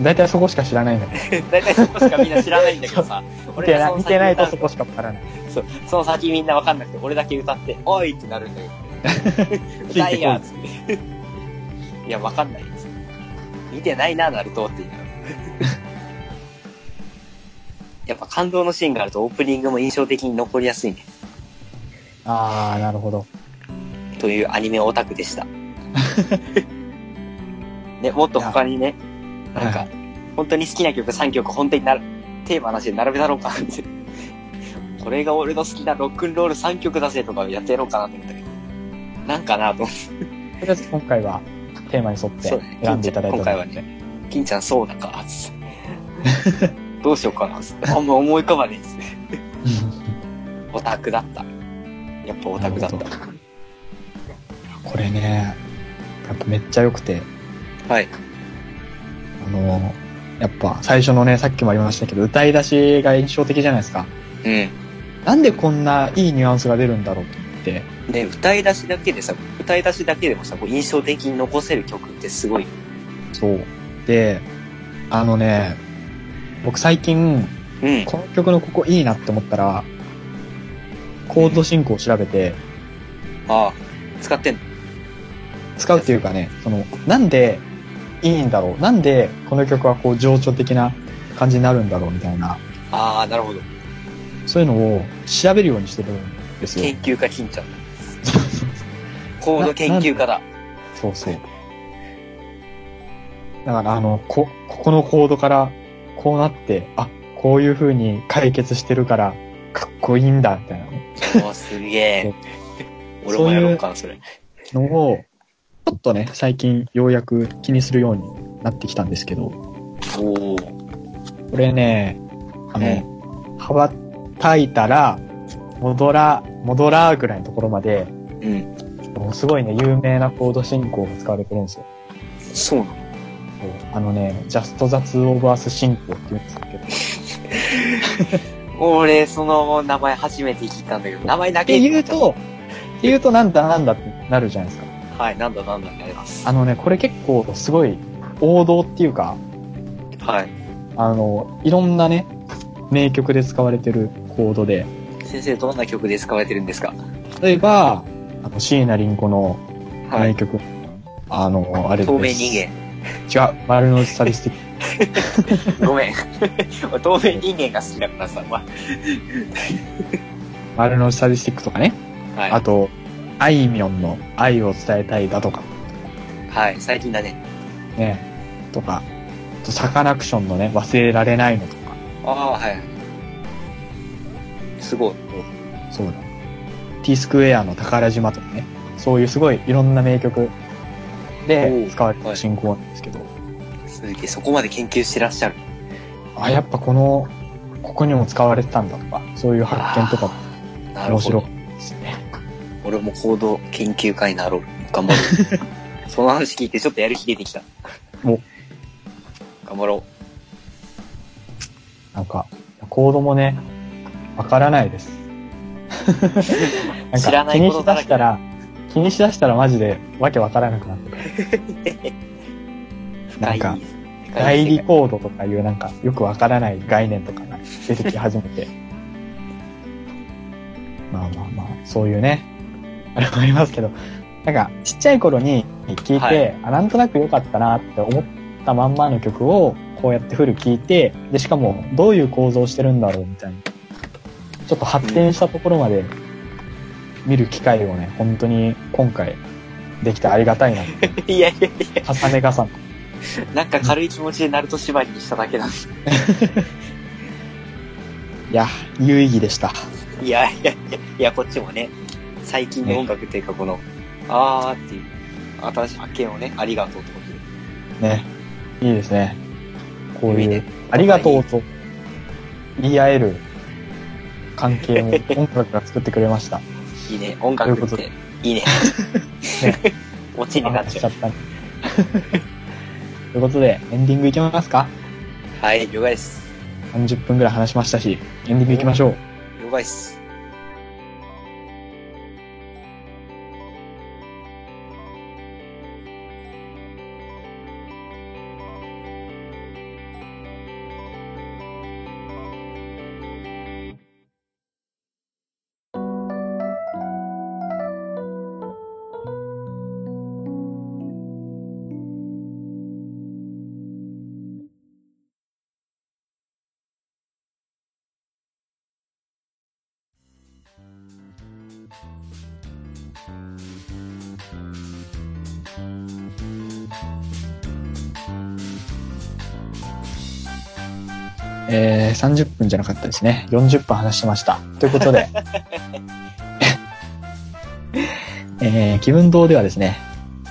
Speaker 2: 大体そこしか知らないんだけ
Speaker 3: 大体そこしかみんな知らないんだけどさ、
Speaker 2: ど。見てな
Speaker 3: が
Speaker 2: 見てないとそ
Speaker 3: そ
Speaker 2: こしかわからない。
Speaker 3: そうその先みんなわかんなくて、俺だけ歌って、おいってなるんだよ。
Speaker 2: いてこい
Speaker 3: 歌いやつって。いや、わかんないです。見てないな、ナルトって言いながら やっぱ感動のシーンがあるとオープニングも印象的に残りやすいね。
Speaker 2: あー、なるほど。
Speaker 3: というアニメオタクで した。ね、もっと他にね、なん
Speaker 2: は
Speaker 3: か、本当に好きな曲3曲、本当にならテーマなしで並べたろうかなって。 これが俺の好きなロックンロール3曲だぜとかやってやろうかなと思ったけど、なんかなと思っ
Speaker 2: とりあえず今回はテーマに沿って
Speaker 3: そうね
Speaker 2: 選んでいただいたので
Speaker 3: 今回はねて、金ちゃんそうだか、つって どうしようかな、つってあんま思い浮かばねえですね。オタクだった。やっぱオタクだっ
Speaker 2: なる
Speaker 3: た。
Speaker 2: これね、やっぱめっちゃ良くて、
Speaker 3: はい。
Speaker 2: あの、やっぱ最初のね、さっきもありましたけど、歌い出しが印象的じゃないですか。
Speaker 3: うん。
Speaker 2: なんでこんないいニュアンスが出るんだろうと思って、
Speaker 3: ね、歌い出しだけでさ、歌い出しだけでもさ、こう印象的に残せる曲ってすごい。
Speaker 2: そう。で、あのね、僕最近、
Speaker 3: うん。
Speaker 2: この曲のここいいなって思ったら、コード進行を調べて、
Speaker 3: ああ、使ってんの
Speaker 2: 使うっていうかね、その、なんでいいんだろうなんでこの曲はこう情緒的な感じになるんだろうみたいな、
Speaker 3: ああ、なるほど。
Speaker 2: そういうのを調べるようにしてるんですよ
Speaker 3: 研。究家金ちゃん。コード研究家だ。
Speaker 2: そうそう。だから、あの、こ、ここのコードから、こうなって、あ、こういう風に解決してるから、かっこいいんだ、みたいな
Speaker 3: おーすげえ。俺
Speaker 2: そ
Speaker 3: も
Speaker 2: うい
Speaker 3: や
Speaker 2: う
Speaker 3: ろうかな、それ。
Speaker 2: のを、ちょっとね、最近ようやく気にするようになってきたんですけど、
Speaker 3: おお。
Speaker 2: これね、あの、羽ばたいたら、戻ら、戻らぐらいのところまで、
Speaker 3: うん。
Speaker 2: もうすごいね、有名なコード進行が使われてるんですよ。
Speaker 3: そうなの。
Speaker 2: あのね、ジャストザツオーバース進行って言うんですけど、
Speaker 3: 俺、その名前初めて聞いたんだけど、名前だ
Speaker 2: っ
Speaker 3: け
Speaker 2: て言うと、って言うとなんだなんだってなるじゃないですか。
Speaker 3: はい、なんだなんだってあります。
Speaker 2: あのね、これ結構すごい王道っていうか、
Speaker 3: はい。
Speaker 2: あの、いろんなね、名曲で使われてるコードで、
Speaker 3: 先生、どんな曲で使われてるんですか
Speaker 2: 例えば、あの、椎名林檎の
Speaker 3: は
Speaker 2: 名
Speaker 3: い。
Speaker 2: 曲、あの、あれです。
Speaker 3: 透明人間。
Speaker 2: 間。違う、丸の内サディステ ィッ
Speaker 3: ごめん。 俺透明人間が好きだからさ、まあ
Speaker 2: ク、丸の内サディスティックとかね。
Speaker 3: はい。
Speaker 2: あと、あいみょんの愛を伝えたいだとか、
Speaker 3: はい、最近だね。
Speaker 2: ね、とか、あとサカナクションのね、忘れられないのとか、
Speaker 3: ああ、はい。すごい。
Speaker 2: そうだ。T スクエアの宝島とかね、そういうすごいいろんな名曲
Speaker 3: お
Speaker 2: で
Speaker 3: う
Speaker 2: 使われてる進行なんですけど、
Speaker 3: すげえ、そこまで研究してらっしゃる。
Speaker 2: あ、やっぱこの、ここにも使われてたんだとか、そういう発見とか
Speaker 3: あーなるほ
Speaker 2: 面白い
Speaker 3: ど。
Speaker 2: ですね。
Speaker 3: 俺も行動研究会になろう。頑張ろ う。その話聞いてちょっとやる気出てきた。
Speaker 2: お
Speaker 3: 頑張ろ
Speaker 2: なんか、コードもね、わからないです。 なん
Speaker 3: 知ら
Speaker 2: か
Speaker 3: な
Speaker 2: 気
Speaker 3: い
Speaker 2: に
Speaker 3: こ
Speaker 2: し
Speaker 3: とだ
Speaker 2: だ
Speaker 3: らけ
Speaker 2: したら、気にしだしたらマジでわけわからなくなってくる。
Speaker 3: う。
Speaker 2: なん
Speaker 3: 深
Speaker 2: か
Speaker 3: い、深い
Speaker 2: 代
Speaker 3: 世界
Speaker 2: 理コードとかいうなんかよくわからない概念とかが出てき始めて。 まあまあまあ、そういうね、あれもありますけど、なんかちっちゃい頃に聞いて、
Speaker 3: はい
Speaker 2: あなんとなく良かったなって思ったまんまの曲をこうやってフル聞いて、で、しかもどういう構造してるんだろうみたいな。ちょっと発展したところまで見る機会をね、本当に今回できてありがたいな。
Speaker 3: いやいやい
Speaker 2: 重ね重ね。
Speaker 3: や、なんか軽い気持ちでナルト縛りにしただけなんで
Speaker 2: いや、有意義でした。
Speaker 3: いやいやいや、いや、こっちもね、最近の音楽っていうか、この、あーっていう、新しい発見をね、ありがとうってことで。
Speaker 2: ね。いいですね。こう
Speaker 3: いい
Speaker 2: い
Speaker 3: ね
Speaker 2: う、ありがとうと言い合える関係も音楽が作ってくれました。
Speaker 3: いいね。音楽っ
Speaker 2: とい
Speaker 3: て、いい ね。 オチになっ
Speaker 2: し
Speaker 3: ち
Speaker 2: ちゃ
Speaker 3: ゃう
Speaker 2: っ。た ね。ということで、エンディングいきますか
Speaker 3: はい、了解です。
Speaker 2: ?30 分ぐらい話しましたし、エンディングいきましょう。
Speaker 3: 了解です。
Speaker 2: えー、30分じゃなかったですね。40分話しました。ということで、 えー、気分堂ではですね、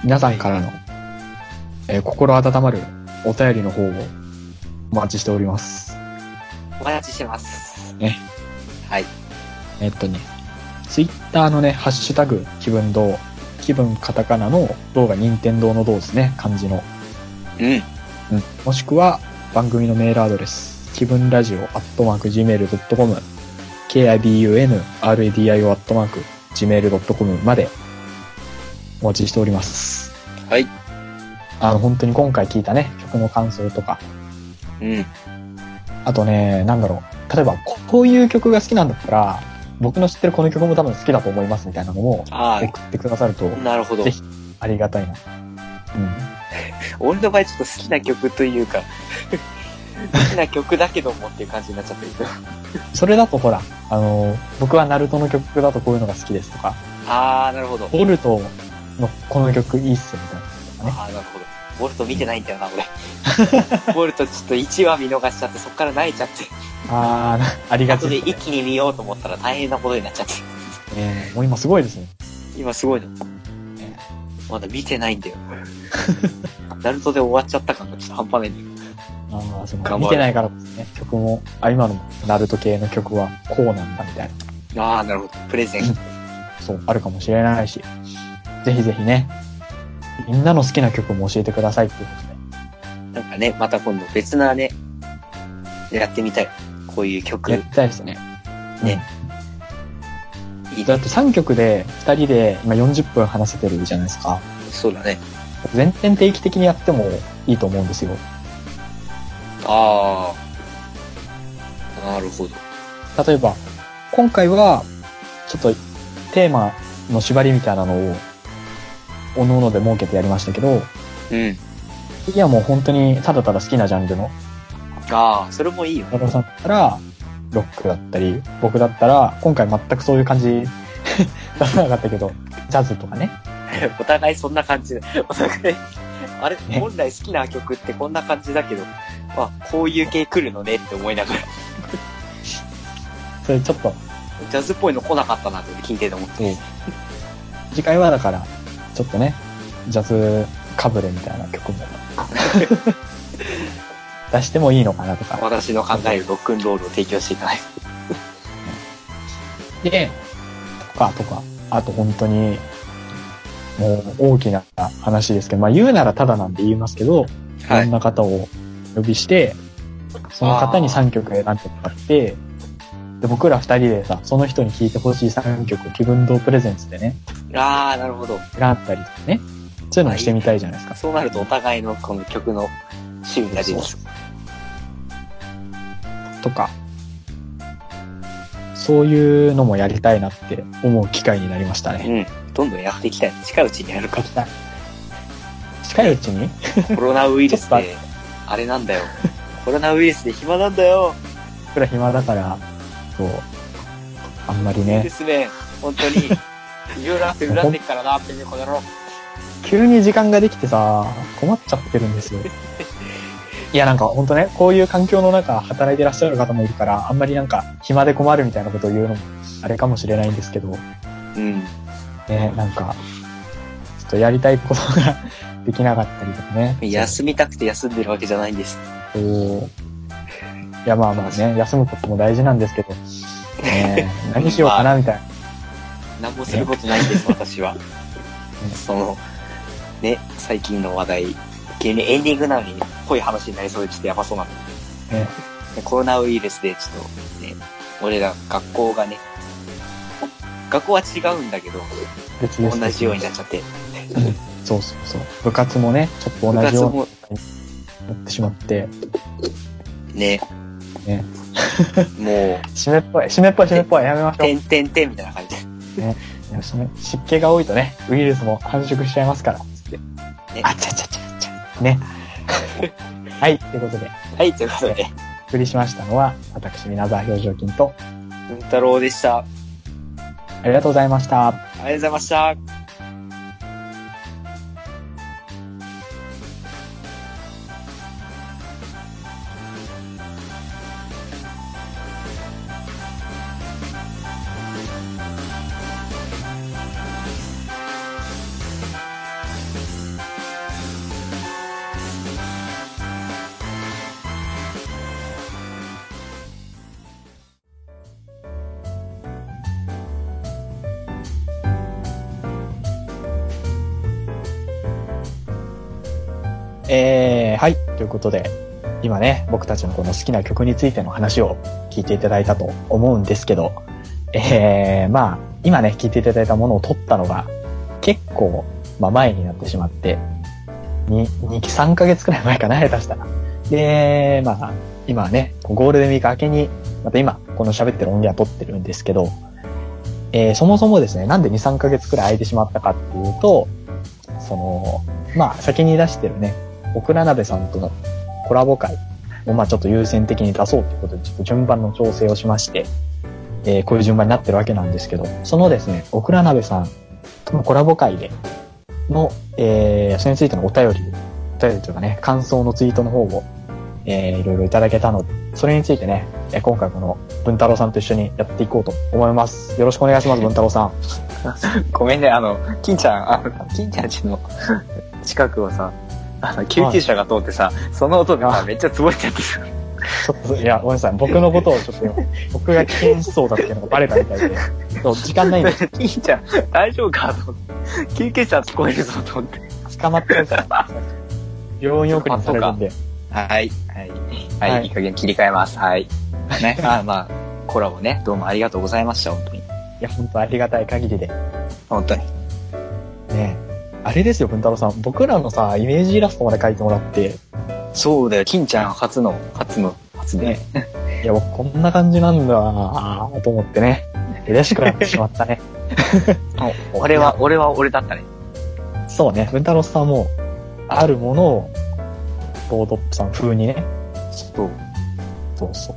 Speaker 2: 皆さんからの、えー心温まるお便りの方をお待ちしております。
Speaker 3: お待ちしてます。
Speaker 2: ね。
Speaker 3: はい。
Speaker 2: えっとね、ツイッターのね、ハッシュタグ、気分堂、気分カタカナの動画、任天堂の堂ですね、漢字の。
Speaker 3: うん。
Speaker 2: うん、もしくは番組のメールアドレス、気分ラジオアットマーク Gmail.com、kibunradio アットマーク Gmail.com までお待ちしております。
Speaker 3: はい。
Speaker 2: あの、本当に今回聞いたね、曲の感想とか、
Speaker 3: うん。
Speaker 2: あとね、なんだろう、例えばここういう曲が好きなんだったら、僕の知ってるこの曲も多分好きだと思いますみたいなのも
Speaker 3: あ
Speaker 2: 送ってくださると
Speaker 3: あ、なるほど
Speaker 2: ぜ。ひありがたいな。うん。
Speaker 3: 俺の場合ちょっと好きな曲というか、 好きな曲だけどもっていう感じになっちゃってるけど。
Speaker 2: それだとほら、あの、僕はナルトの曲だとこういうのが好きですとか、
Speaker 3: ああ、なるほど。
Speaker 2: ボルトのこの曲いいっすよみたい
Speaker 3: あ
Speaker 2: な。
Speaker 3: あ、なるほど。ボルト見てないんだよな、俺。 ボルトちょっと1話見逃しちゃって、そっから泣いちゃって。
Speaker 2: あー、なありがち
Speaker 3: 後で
Speaker 2: で
Speaker 3: 一
Speaker 2: す
Speaker 3: 気に見ようと思ったら大変なことになっちゃって。
Speaker 2: ね。もう今すごいですね。
Speaker 3: 今すごいの。まだ見てないんだよ。 ナルトで終わっちゃった感がちょっと半端ないんだよ。
Speaker 2: あーその
Speaker 3: 頑張る
Speaker 2: 見てないからこそね、曲も、あ、今のナルト系の曲はこうなんだみたいな、
Speaker 3: ああ、なるほど。プレゼン。
Speaker 2: そう、あるかもしれないし、ぜひぜひね、みんなの好きな曲も教えてくださいっていうこと
Speaker 3: な
Speaker 2: で。
Speaker 3: んかね、また今度別なね、やってみたい。こういう曲。
Speaker 2: やりたいですね。
Speaker 3: ね。いい
Speaker 2: だ
Speaker 3: ね
Speaker 2: って3曲で2人で今40分話せてるじゃないですか。
Speaker 3: そうだね。
Speaker 2: 全編定期的にやってもいいと思うんですよ。
Speaker 3: ああ。なるほど。
Speaker 2: 例えば、今回は、ちょっとテーマの縛りみたいなのを、おのので設けてやりましたけど、
Speaker 3: うん。
Speaker 2: 次はもう本当にただただ好きなジャンルの、
Speaker 3: ああ、それもいいよ ね。
Speaker 2: 中野さんだったら、ロックだったり、僕だったら、今回全くそういう感じ 出さなかったけど、ジャズとかね。
Speaker 3: お互いそんな感じで。お互い、あれ、
Speaker 2: ね
Speaker 3: 本来好きな曲ってこんな感じだけど、あ、こういう系来るのねって思いながら、
Speaker 2: それちょっと、
Speaker 3: ジャズっぽいの来なかったなって聞いてて思って。
Speaker 2: 次回はだから、ちょっとね、ジャズかぶれみたいな曲も 出してもいいのかなとか。
Speaker 3: 私の考えるロックンロールを提供していただいて。
Speaker 2: で、とか、とか、あと本当に、もう大きな話ですけど、まあ言うならただなんで言いますけど、い、ろんな方を呼びして、その方に3曲選んでもらって、で、僕ら2人でさ、その人に聴いてほしい3曲を気分堂プレゼンツでね、
Speaker 3: ああ、なるほど。
Speaker 2: 選んだりとかね、そういうのもしてみたいじゃないですか。
Speaker 3: そうなるとお互いのこの曲の趣味が出ます。
Speaker 2: とか、そういうのもやりたいなって思う機会になりましたね。
Speaker 3: うん。どんどんやっていきたい。近いうちにやるか。
Speaker 2: 近いうちに
Speaker 3: コロナウイルス
Speaker 2: ちょっ
Speaker 3: で、あれなんだよ。コロナウイルスで暇なんだよ。
Speaker 2: 僕ら暇だから、そう、あんまりね
Speaker 3: で、すね、本当に。いろいろあって恨んでっからな、ってめえこの野郎。
Speaker 2: 急に時間ができてさ、困っちゃってるんですよ。いや、なんかほんとね、こういう環境の中働いてらっしゃる方もいるから、あんまりなんか暇で困るみたいなことを言うのもあれかもしれないんですけど、
Speaker 3: うん。
Speaker 2: ね、なんか、ちょっとやりたいことができなかったりとかね。
Speaker 3: 休みたくて休んでるわけじゃないんです。
Speaker 2: こういや、まあまあね、休むことも大事なんですけど、ね、何しようかなみたいな。
Speaker 3: 何もすることないんです、私は。その、ね、最近の話題、急にエンディングなのに、濃い話になりそうでちょっとやばそうなんだけど
Speaker 2: ね
Speaker 3: でコロナウイルスで、ちょっとね、俺ら学校がね、学校は違うんだけど、
Speaker 2: 別々
Speaker 3: 同じようになっちゃって、
Speaker 2: そうそうそう。部活もね、ちょっと
Speaker 3: 部
Speaker 2: 同じ
Speaker 3: 活
Speaker 2: ように
Speaker 3: も
Speaker 2: なってしまって、
Speaker 3: ね、
Speaker 2: ね
Speaker 3: もう、
Speaker 2: 湿っぽい、湿っぽい、湿っぽい、やめましょう。
Speaker 3: てんてんてんみたいな感じで、
Speaker 2: いやその湿気が多いとね、ウイルスも繁殖しちゃいますから。
Speaker 3: ね
Speaker 2: あちゃちゃちゃちゃ。 ね。はい、ということで、
Speaker 3: はい、ということで、
Speaker 2: お送りしましたのは、私、皆沢表情筋と、
Speaker 3: 文太郎でした。あ
Speaker 2: ありがとうございました。
Speaker 3: りがとうございました。
Speaker 2: えー、はい。ということで、今ね、僕たちのこの好きな曲についての話を聞いていただいたと思うんですけど、えー、まあ、今ね、聞いていただいたものを取ったのが、結構、まあ前になってしまって、に2、3ヶ月くらい前かな、下手したら。で、まあ、今はね、ゴールデンウィーク明けに、また今、この喋ってる音源は撮ってるんですけど、えー、そもそもですね、なんで2、3ヶ月くらい空いてしまったかっていうと、その、まあ、先に出してるね、オクラ鍋さんとのコラボ会を、まあ、ちょっと優先的に出そうということで、ちょっと順番の調整をしまして、えーこういう順番になってるわけなんですけど、そのですね、オクラ鍋さんとのコラボ会での、えーそれについてのお便り、お便りというかね、感想のツイートの方を、えーいろいろいただけたので、それについてね、えー今回この文太郎さんと一緒にやっていこうと思います。よろしくお願いします、文太郎さん。
Speaker 3: ごめんね、あの、金ちゃん、あの、金ちゃんちの 近くをさ、あの、救急車が通ってさ、その音でさ、
Speaker 2: あ
Speaker 3: めっちゃつぼれちゃってさ、
Speaker 2: ちょっと、いや、ごめんなさい。僕のことをちょっと今、僕が危険しそうだっていうのがバレたみたいで、そう時間ないんで、
Speaker 3: 金ちゃん、大丈夫かと思って、救急車聞こえるぞと思って。
Speaker 2: 捕まってる から、病院送りにされるんで、
Speaker 3: はい、はい、はい、
Speaker 2: はい
Speaker 3: い、い加減切り替えます。はい。 ね、あまあ、コラボね、どうもありがとうございました、本当に。
Speaker 2: いや、本当ありがたい限りで。
Speaker 3: 本当に。
Speaker 2: ねあれですよ、文太郎さん。僕らのさ、イメージイラストまで描いてもらって、
Speaker 3: そうだよ、金ちゃん初の、初の、初で。
Speaker 2: ねいや、僕こんな感じなんだなぁと思ってね、嬉しくなってしまったね。
Speaker 3: 俺 は、俺は俺だったね。
Speaker 2: そうね、文太郎さんも、あるものを、ボードップさん風にね、
Speaker 3: そう。
Speaker 2: そうそう。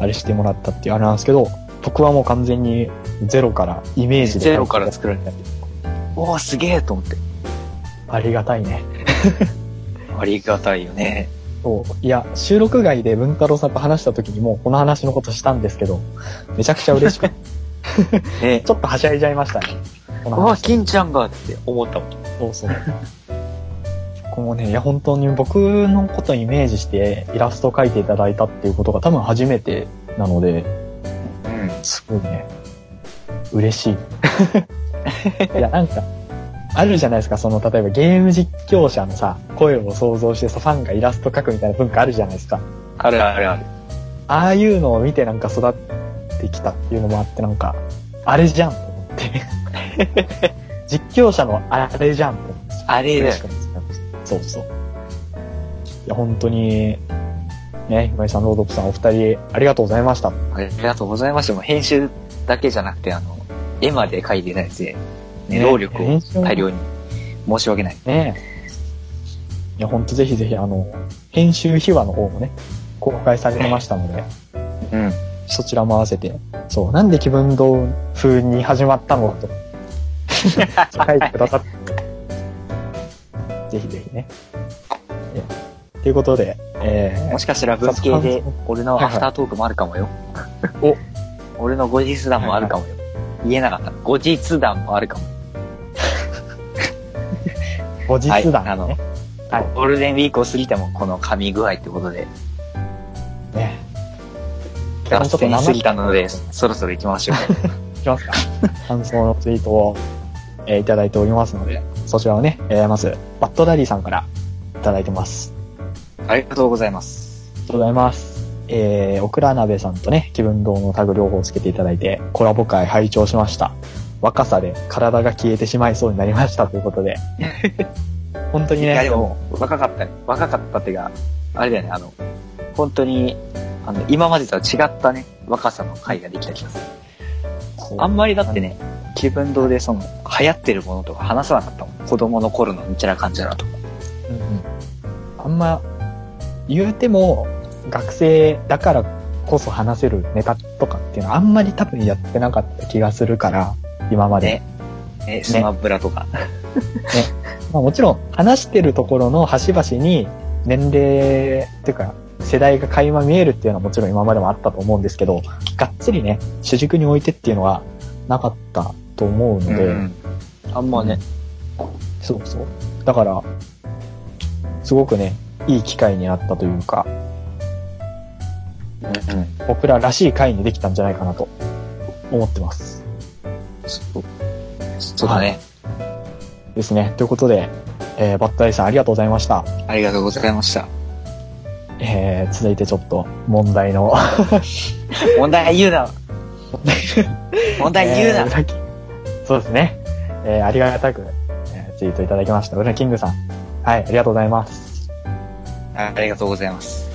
Speaker 2: あれしてもらったっていうあれなんですけど、僕はもう完全にゼロからイメージで。
Speaker 3: ゼロから作られたおお、すげえと思って。
Speaker 2: ありがたいね。
Speaker 3: ありがたいよね。
Speaker 2: そう。いや、収録外で文太郎さんと話した時にもうこの話のことしたんですけど、めちゃくちゃ嬉しくて、
Speaker 3: ね
Speaker 2: ちょっとはしゃいじゃいましたね。この
Speaker 3: うわ、
Speaker 2: 話。
Speaker 3: 金ちゃんがって思ったもん。
Speaker 2: そうそう。こもね、いや本当に僕のことをイメージしてイラストを描いていただいたっていうことが多分初めてなので、
Speaker 3: うん。
Speaker 2: すごいね。嬉しい。いや、なんか、あるじゃないですか、その、例えばゲーム実況者のさ、声を想像してさ、ファンがイラスト描くみたいな文化あるじゃないですか。
Speaker 3: あるあるある。
Speaker 2: ああいうのを見てなんか育ってきたっていうのもあって、なんか、あれじゃんと思って。 実況者のあれじゃんと思って。
Speaker 3: あれ
Speaker 2: 嬉
Speaker 3: だ
Speaker 2: し
Speaker 3: よ。
Speaker 2: くなっちゃいましたそうそう。いや、本当に、ね、今井さん、ロードップさん、お二人、ありがとうございました。
Speaker 3: ありがとうございました。もう編集だけじゃなくて、あの、絵まで描いてないやつで、ね、労力を
Speaker 2: 練習も
Speaker 3: 大量に。申し訳ない。
Speaker 2: ねえ。いや、ほんとぜひぜひ、あの、編集秘話の方もね、公開されてましたので、
Speaker 3: うん。
Speaker 2: そちらも合わせて、そう、なんで気分堂風に始まったのかと、書いてくださって、ぜひぜひね。えということで、え
Speaker 3: もしかしたら文系で、俺の
Speaker 2: はいは
Speaker 3: ア
Speaker 2: い
Speaker 3: フタートークもあるかもよ。お 俺の後日談もあるかもよ。言えなかった。後日談もあるかも。
Speaker 2: ー、後日
Speaker 3: はいあ
Speaker 2: 談、
Speaker 3: の
Speaker 2: ねはい
Speaker 3: ゴールデンウィークを過ぎてもこの噛み具合ってことで、
Speaker 2: ね。
Speaker 3: 脱線しすぎたので、
Speaker 2: ちょっ
Speaker 3: そろそろ行きましょう。
Speaker 2: と生々しくいきますか。感想のツイートを、えーいただいておりますので、そちらをね、えーまず、バッドダディさんからいただいてます。
Speaker 3: ありがとうございます。
Speaker 2: ありがとうございます。えー、オクラ鍋さんとね、気分堂のタグ両方つけていただいて、コラボ会拝聴しました。若さで体が消えてしまいそうになりましたというこ とで。本当に
Speaker 3: い
Speaker 2: ね、
Speaker 3: や、でも、若かったね。若かったっていうか、あれだよね、あの、本当に、あの、今までとは違ったね、若さの回ができた気がする。
Speaker 2: そう
Speaker 3: あんまりだってね、気分堂でその、流行ってるものとか話さなかったもん。子供の頃のみたいな感じだなと。
Speaker 2: うんうんあんま、言うても、学生だからこそ話せるネタとかっていうのはあんまり多分やってなかった気がするから、今まで。
Speaker 3: ねえ、スマブラとか。
Speaker 2: まあ、もちろん話してるところの端々に年齢っていうか世代が垣間見えるっていうのはもちろん今までもあったと思うんですけどがっつりね主軸に置いてっていうのはなかったと思うので、
Speaker 3: うんあんまね、
Speaker 2: そうそうだからすごくねいい機会になったというか僕ららしい回にできたんじゃないかなと思ってます
Speaker 3: そうそうだね。
Speaker 2: ですねということで、えーバッドアイさんありがとうございました。
Speaker 3: ありがとうございました。
Speaker 2: えー続いてちょっと問題の、
Speaker 3: 問題言うな。問題言う
Speaker 2: えー
Speaker 3: な。
Speaker 2: 裏キそうですね。えーありがたく、えーツイートいただきました。ウラキングさん。はい、ありがとうございます。
Speaker 3: ありがとうございます。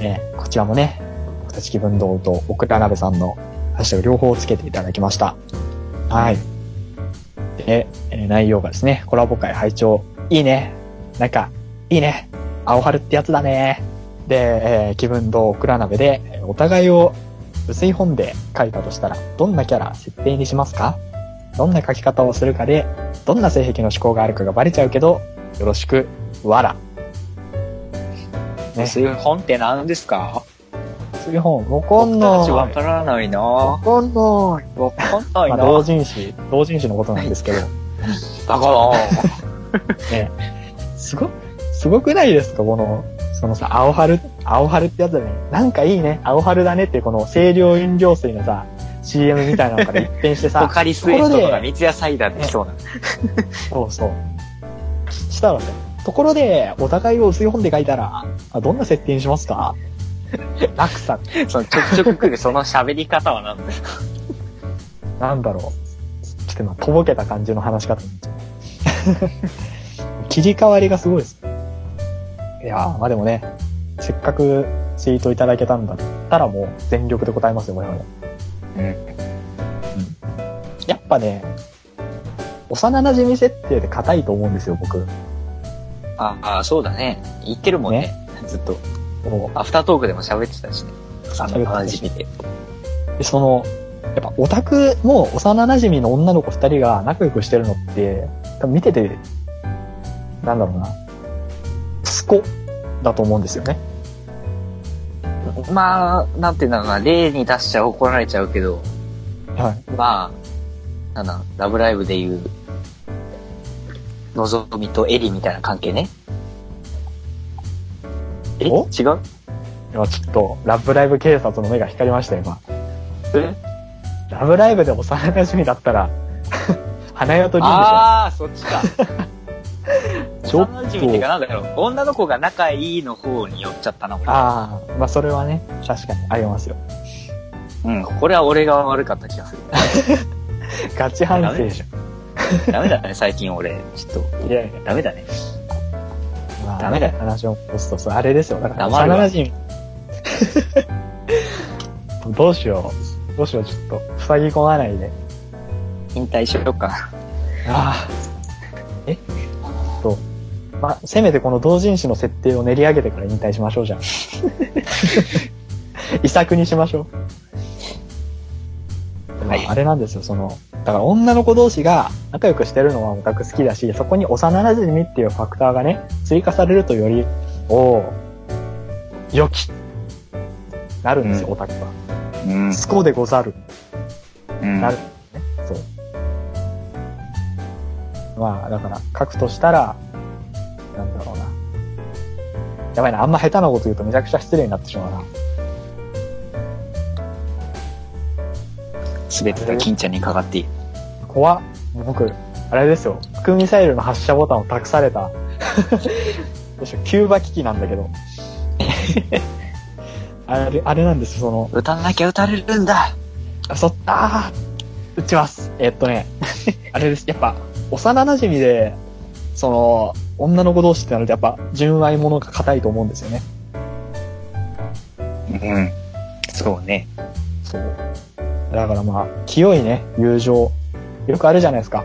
Speaker 2: えーこちらもね、僕たち気分堂とオクラ鍋さんのハッシュタグ両方つけていただきました。はい。で、えー内容がですね、コラボ会拝聴いいね。なんか、いいね。青春ってやつだね。で、えー気分堂オクラ鍋で、えーお互いを薄い本で書いたとしたら、どんなキャラ設定にしますかどんな書き方をするかで、どんな性癖の思考があるかがバレちゃうけど、よろしく、わら。ね、
Speaker 3: そういう本って何ですか
Speaker 2: 薄い本、わかんない。
Speaker 3: 僕たちわからないなわ
Speaker 2: かんない。
Speaker 3: かんない
Speaker 2: ま
Speaker 3: な
Speaker 2: あ、同人誌、同人誌のことなんですけど、
Speaker 3: だから、
Speaker 2: すご、すごくないですかこの、そのさ、青春、青春ってやつだね。なんかいいね、青春だねっていうこの清涼飲料水のさ、CM みたいなのから一変 して
Speaker 3: ポ
Speaker 2: さ、
Speaker 3: カリスエットとか三ツ矢サイダーってきそうな。
Speaker 2: そうそう。したらさ、ところで、お互いを薄い本で書いたら、あどんな設定にしますか 落差、
Speaker 3: そのちょくちょく来るその喋り方は何ですか
Speaker 2: なんだろう。ちょっと今、とぼけた感じの話し方になっちゃう。切り替わりがすごいです。いやー、まあでもね、せっかくツイートいただけたんだったらもう全力で答えますよ、我々。
Speaker 3: うん
Speaker 2: やっぱね、幼馴染設定で硬いと思うんですよ、僕。
Speaker 3: ああ、そうだね。言ってるもんね。
Speaker 2: ね
Speaker 3: ずっと。
Speaker 2: も
Speaker 3: アフタートークでも喋ってたしね。あの、
Speaker 2: 喋ってた
Speaker 3: 話
Speaker 2: し
Speaker 3: 見て。
Speaker 2: うでその、やっぱオタクの幼馴染の女の子二人が仲良くしてるのって、多分見てて、なんだろうな、スコだと思うんですよね。
Speaker 3: まあ、なんていうんだろうな、例に出しちゃ怒られちゃうけど、
Speaker 2: はい。
Speaker 3: まあ、なんだ、ラブライブでいう、のぞみとエリみたいな関係ね。え違う
Speaker 2: お今ちょっと、ラブライブ警察の目が光りましたよ、今。
Speaker 3: え
Speaker 2: ラブライブで幼馴染だったら、 花屋とリンでしょ
Speaker 3: ああ、そっちか。
Speaker 2: ちょっと
Speaker 3: 幼馴染っていうかなんだろう、女の子が仲いいの方に寄っちゃったな、俺。
Speaker 2: ああ、まあそれはね、確かにありますよ。
Speaker 3: うん、これは俺が悪かった気がする。
Speaker 2: ガチ反省じゃ
Speaker 3: ダメだね、最近俺。ちょっと、
Speaker 2: ん。いやいや、
Speaker 3: ダメだね。
Speaker 2: まあ、
Speaker 3: ダメだよ
Speaker 2: 話を戻すと、そうあれですよ。だから、
Speaker 3: 黙る
Speaker 2: 幼
Speaker 3: わ
Speaker 2: 馴染。 どうしよう。どうしよう、ちょっと、塞ぎ込まないで。
Speaker 3: 引退しようかな。
Speaker 2: ああ。えと、まあ、せめてこの同人誌の設定を練り上げてから引退しましょうじ ゃん。遺作にしましょう。
Speaker 3: はい
Speaker 2: あれなんですよ、その、だから女の子同士が仲良くしてるのはオタク好きだし、そこに幼馴染っていうファクターがね、追加されるとより、おお良き、なるんですよ、
Speaker 3: うん
Speaker 2: オタクは。
Speaker 3: うん
Speaker 2: スコでござる。
Speaker 3: うん
Speaker 2: なるそう。まあ、だから、書くとしたら、なんだろうな。やばいな、あんま下手なこと言うとめちゃくちゃ失礼になってしまうな。
Speaker 3: すべてが金ちゃんにかかっている。
Speaker 2: 怖っ。もう僕、あれですよ。核ミサイルの発射ボタンを託された。 どうしよう、キューバ危機なんだけど。 あれ、あれなんですよ、その、
Speaker 3: 撃たなきゃ撃たれるんだ
Speaker 2: あ、そ、あー打ちます。えっとね、あれです。やっぱ、幼馴染で、その、女の子同士ってなると、やっぱ、純愛ものが硬いと思うんですよね。
Speaker 3: うん。そうね。
Speaker 2: そう。だからまあ、清いね、友情。よくあるじゃないですか。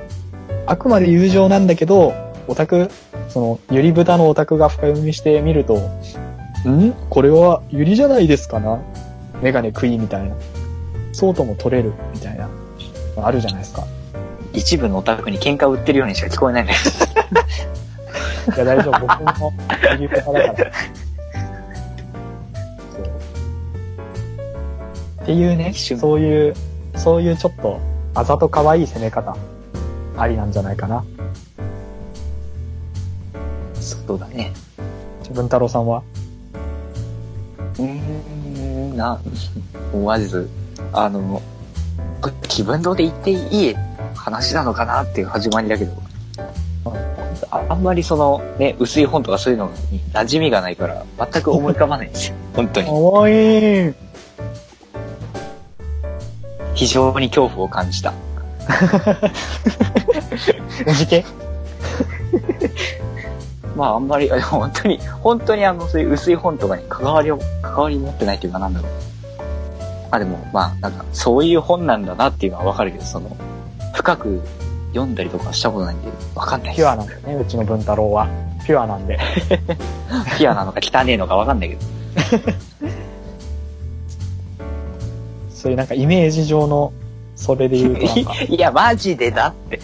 Speaker 2: あくまで友情なんだけど、オタク、その、ゆり豚のオタクが深読みしてみると、んこれはゆりじゃないですかなメガネ食いみたいな。そうとも取れるみたいな。あるじゃないですか。
Speaker 3: 一部のオタクに喧嘩売ってるようにしか聞こえないね。
Speaker 2: いや、大丈夫。僕も右手派 だから。そうっていうね、
Speaker 3: 一瞬
Speaker 2: そういう、そういうちょっと、あざと可愛い攻め方、ありなんじゃないかな。
Speaker 3: そうだね。
Speaker 2: 文太郎さんは。
Speaker 3: うーん、な、思わず、あの、これ気分堂で言っていい話なのかなっていう始まりだけど、ああんまりその、ね、薄い本とかそういうのに馴染みがないから、全く思い浮かばないんですよ。本当
Speaker 2: か
Speaker 3: に。
Speaker 2: わいい。
Speaker 3: 非常に恐怖を感じ た。
Speaker 2: 事件
Speaker 3: まああんまり、あ本当に、本当にあの、そういう薄い本とかに関わりを、関わり持ってないというかなんだろう。まあでも、まあなんか、そういう本なんだなっていうのはわかるけど、その、深く読んだりとかしたことないんで、わかんない
Speaker 2: ピ
Speaker 3: です
Speaker 2: ュアなんだね、うちの文太郎は。ピュアなんで。
Speaker 3: ピュアなのか汚ねえのかわかんないけど。
Speaker 2: そういうなんかイメージ上の、それで言う となんか、
Speaker 3: いや、マジでだって。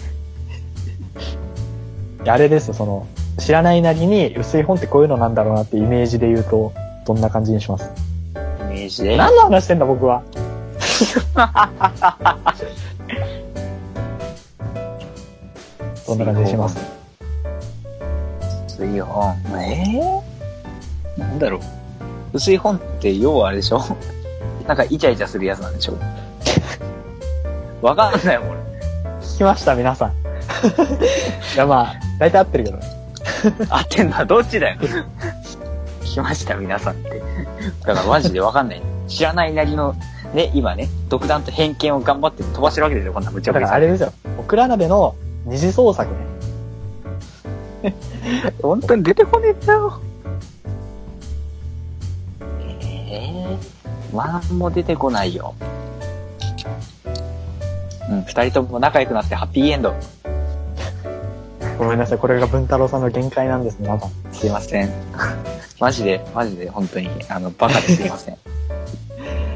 Speaker 2: いやあれですよ、その、知らないなりに薄い本ってこういうのなんだろうなってイメージで言うと、どんな感じにします
Speaker 3: イメージで。
Speaker 2: 何の話してんだ 僕は。どんな感じにします
Speaker 3: 薄い本。えー、なんだろう。薄い本って要はあれでしょ なんかイチャイチャするやつなんでしょ わかんないもん、俺。
Speaker 2: 聞きました、皆 さん。いや、まあ、大体合ってるけどね。
Speaker 3: 合ってんな、どっちだよ。 聞きました、皆さんって。だからマジでわかんない。知らないなりの、ね、今ね、独断と偏見を頑張って飛ばしてるわけですよ、こんな無茶
Speaker 2: だ
Speaker 3: ぶり
Speaker 2: から
Speaker 3: さ
Speaker 2: あれですよ、オクラ鍋の二次創作ね。
Speaker 3: 本当に出てこねえんだよ。ええワンも出てこないよ。うん、二人とも仲良くなってハッピーエンド。
Speaker 2: ごめんなさい、これが文太郎さんの限界なんです、皆さん。
Speaker 3: すいません。 マジで、マジで、本当に、あの、バカですいません。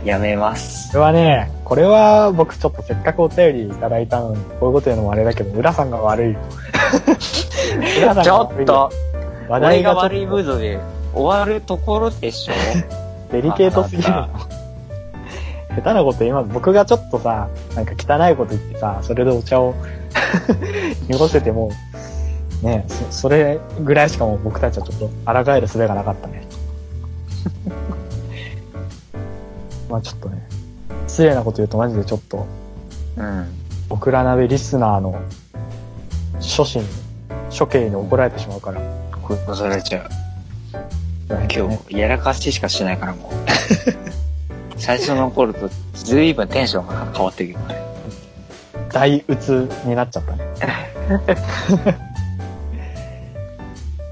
Speaker 3: やめます。
Speaker 2: これはね、これは僕ちょっとせっかくお便りいただいたのに、こういうこと言うのもあれだけど、浦さんが 悪い。浦さん
Speaker 3: ち
Speaker 2: が
Speaker 3: ょ
Speaker 2: 悪
Speaker 3: っ
Speaker 2: いよ
Speaker 3: と、
Speaker 2: 話
Speaker 3: 俺
Speaker 2: 題
Speaker 3: が
Speaker 2: がち
Speaker 3: 悪い
Speaker 2: ょ
Speaker 3: ム
Speaker 2: っ
Speaker 3: ードで終わるところでしょ
Speaker 2: とデリケートすぎる。
Speaker 3: あな
Speaker 2: 下手なこと今、僕がちょっとさ、なんか汚いこと言ってさ、それでお茶を 濁せても、ねそ、それぐらいしかもう僕たちはちょっと抗える術がなかったね。 まあちょっとね、失礼なこと言うとマジでちょっと、
Speaker 3: うん。
Speaker 2: オクラ鍋リスナーの初心、処刑に怒られてしまうから。
Speaker 3: こうされちゃう。今日、やらかししかしないから もう。最初の頃と、ずいぶんテンションが変わってるけどね。
Speaker 2: 大鬱になっち ゃったね。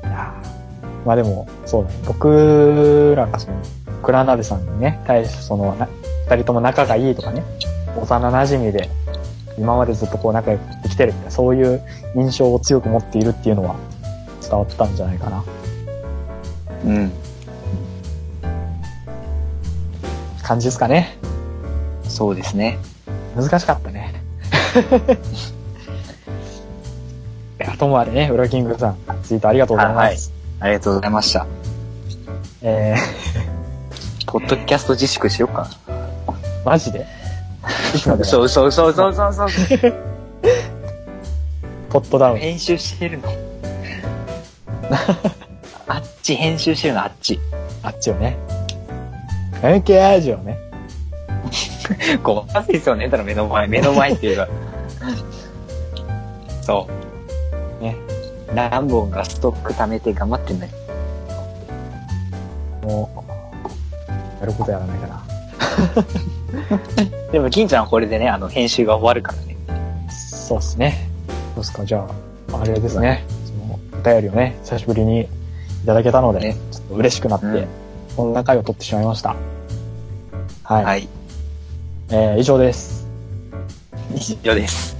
Speaker 2: いやーまあでも、そうだね。僕らがその、倉鍋さんにね、対してその、な二人とも仲がいいとかね、幼馴染で、今までずっとこう仲良く生きてるみたいな、そういう印象を強く持っているっていうのは伝わったんじゃないかな。
Speaker 3: うん。
Speaker 2: 感じですかね。
Speaker 3: そうですね。
Speaker 2: 難しかっ たね。いやともあれね、ウラキングさん、ツイートありがとうございます。
Speaker 3: はいありがとうございました。
Speaker 2: え
Speaker 3: ポッドキャスト自粛しようか
Speaker 2: ー、マジでいつま
Speaker 3: な。
Speaker 2: で
Speaker 3: 嘘嘘嘘嘘嘘嘘嘘。
Speaker 2: ポットダウン。
Speaker 3: 編集してるの。 あっち編集してるの、あっち。
Speaker 2: あっちよね。MK 味をね。
Speaker 3: こう、パスですよね。ただ目の前、目の前って いうか。そう。ね。何本かストック貯めて頑張ってんだよ。
Speaker 2: もう、やることやらないかな。
Speaker 3: でも、金ちゃんはこれでね、あの、編集が終わるからね。
Speaker 2: そうっすね。どうっすかじゃあ、あれですね。そのお便りをね、久しぶりにいただけたので、
Speaker 3: ね
Speaker 2: ちょっと嬉しくなって、
Speaker 3: うん
Speaker 2: こんな回を撮ってしまいました。はい。
Speaker 3: はい。
Speaker 2: えー、以上です。
Speaker 3: 以上です。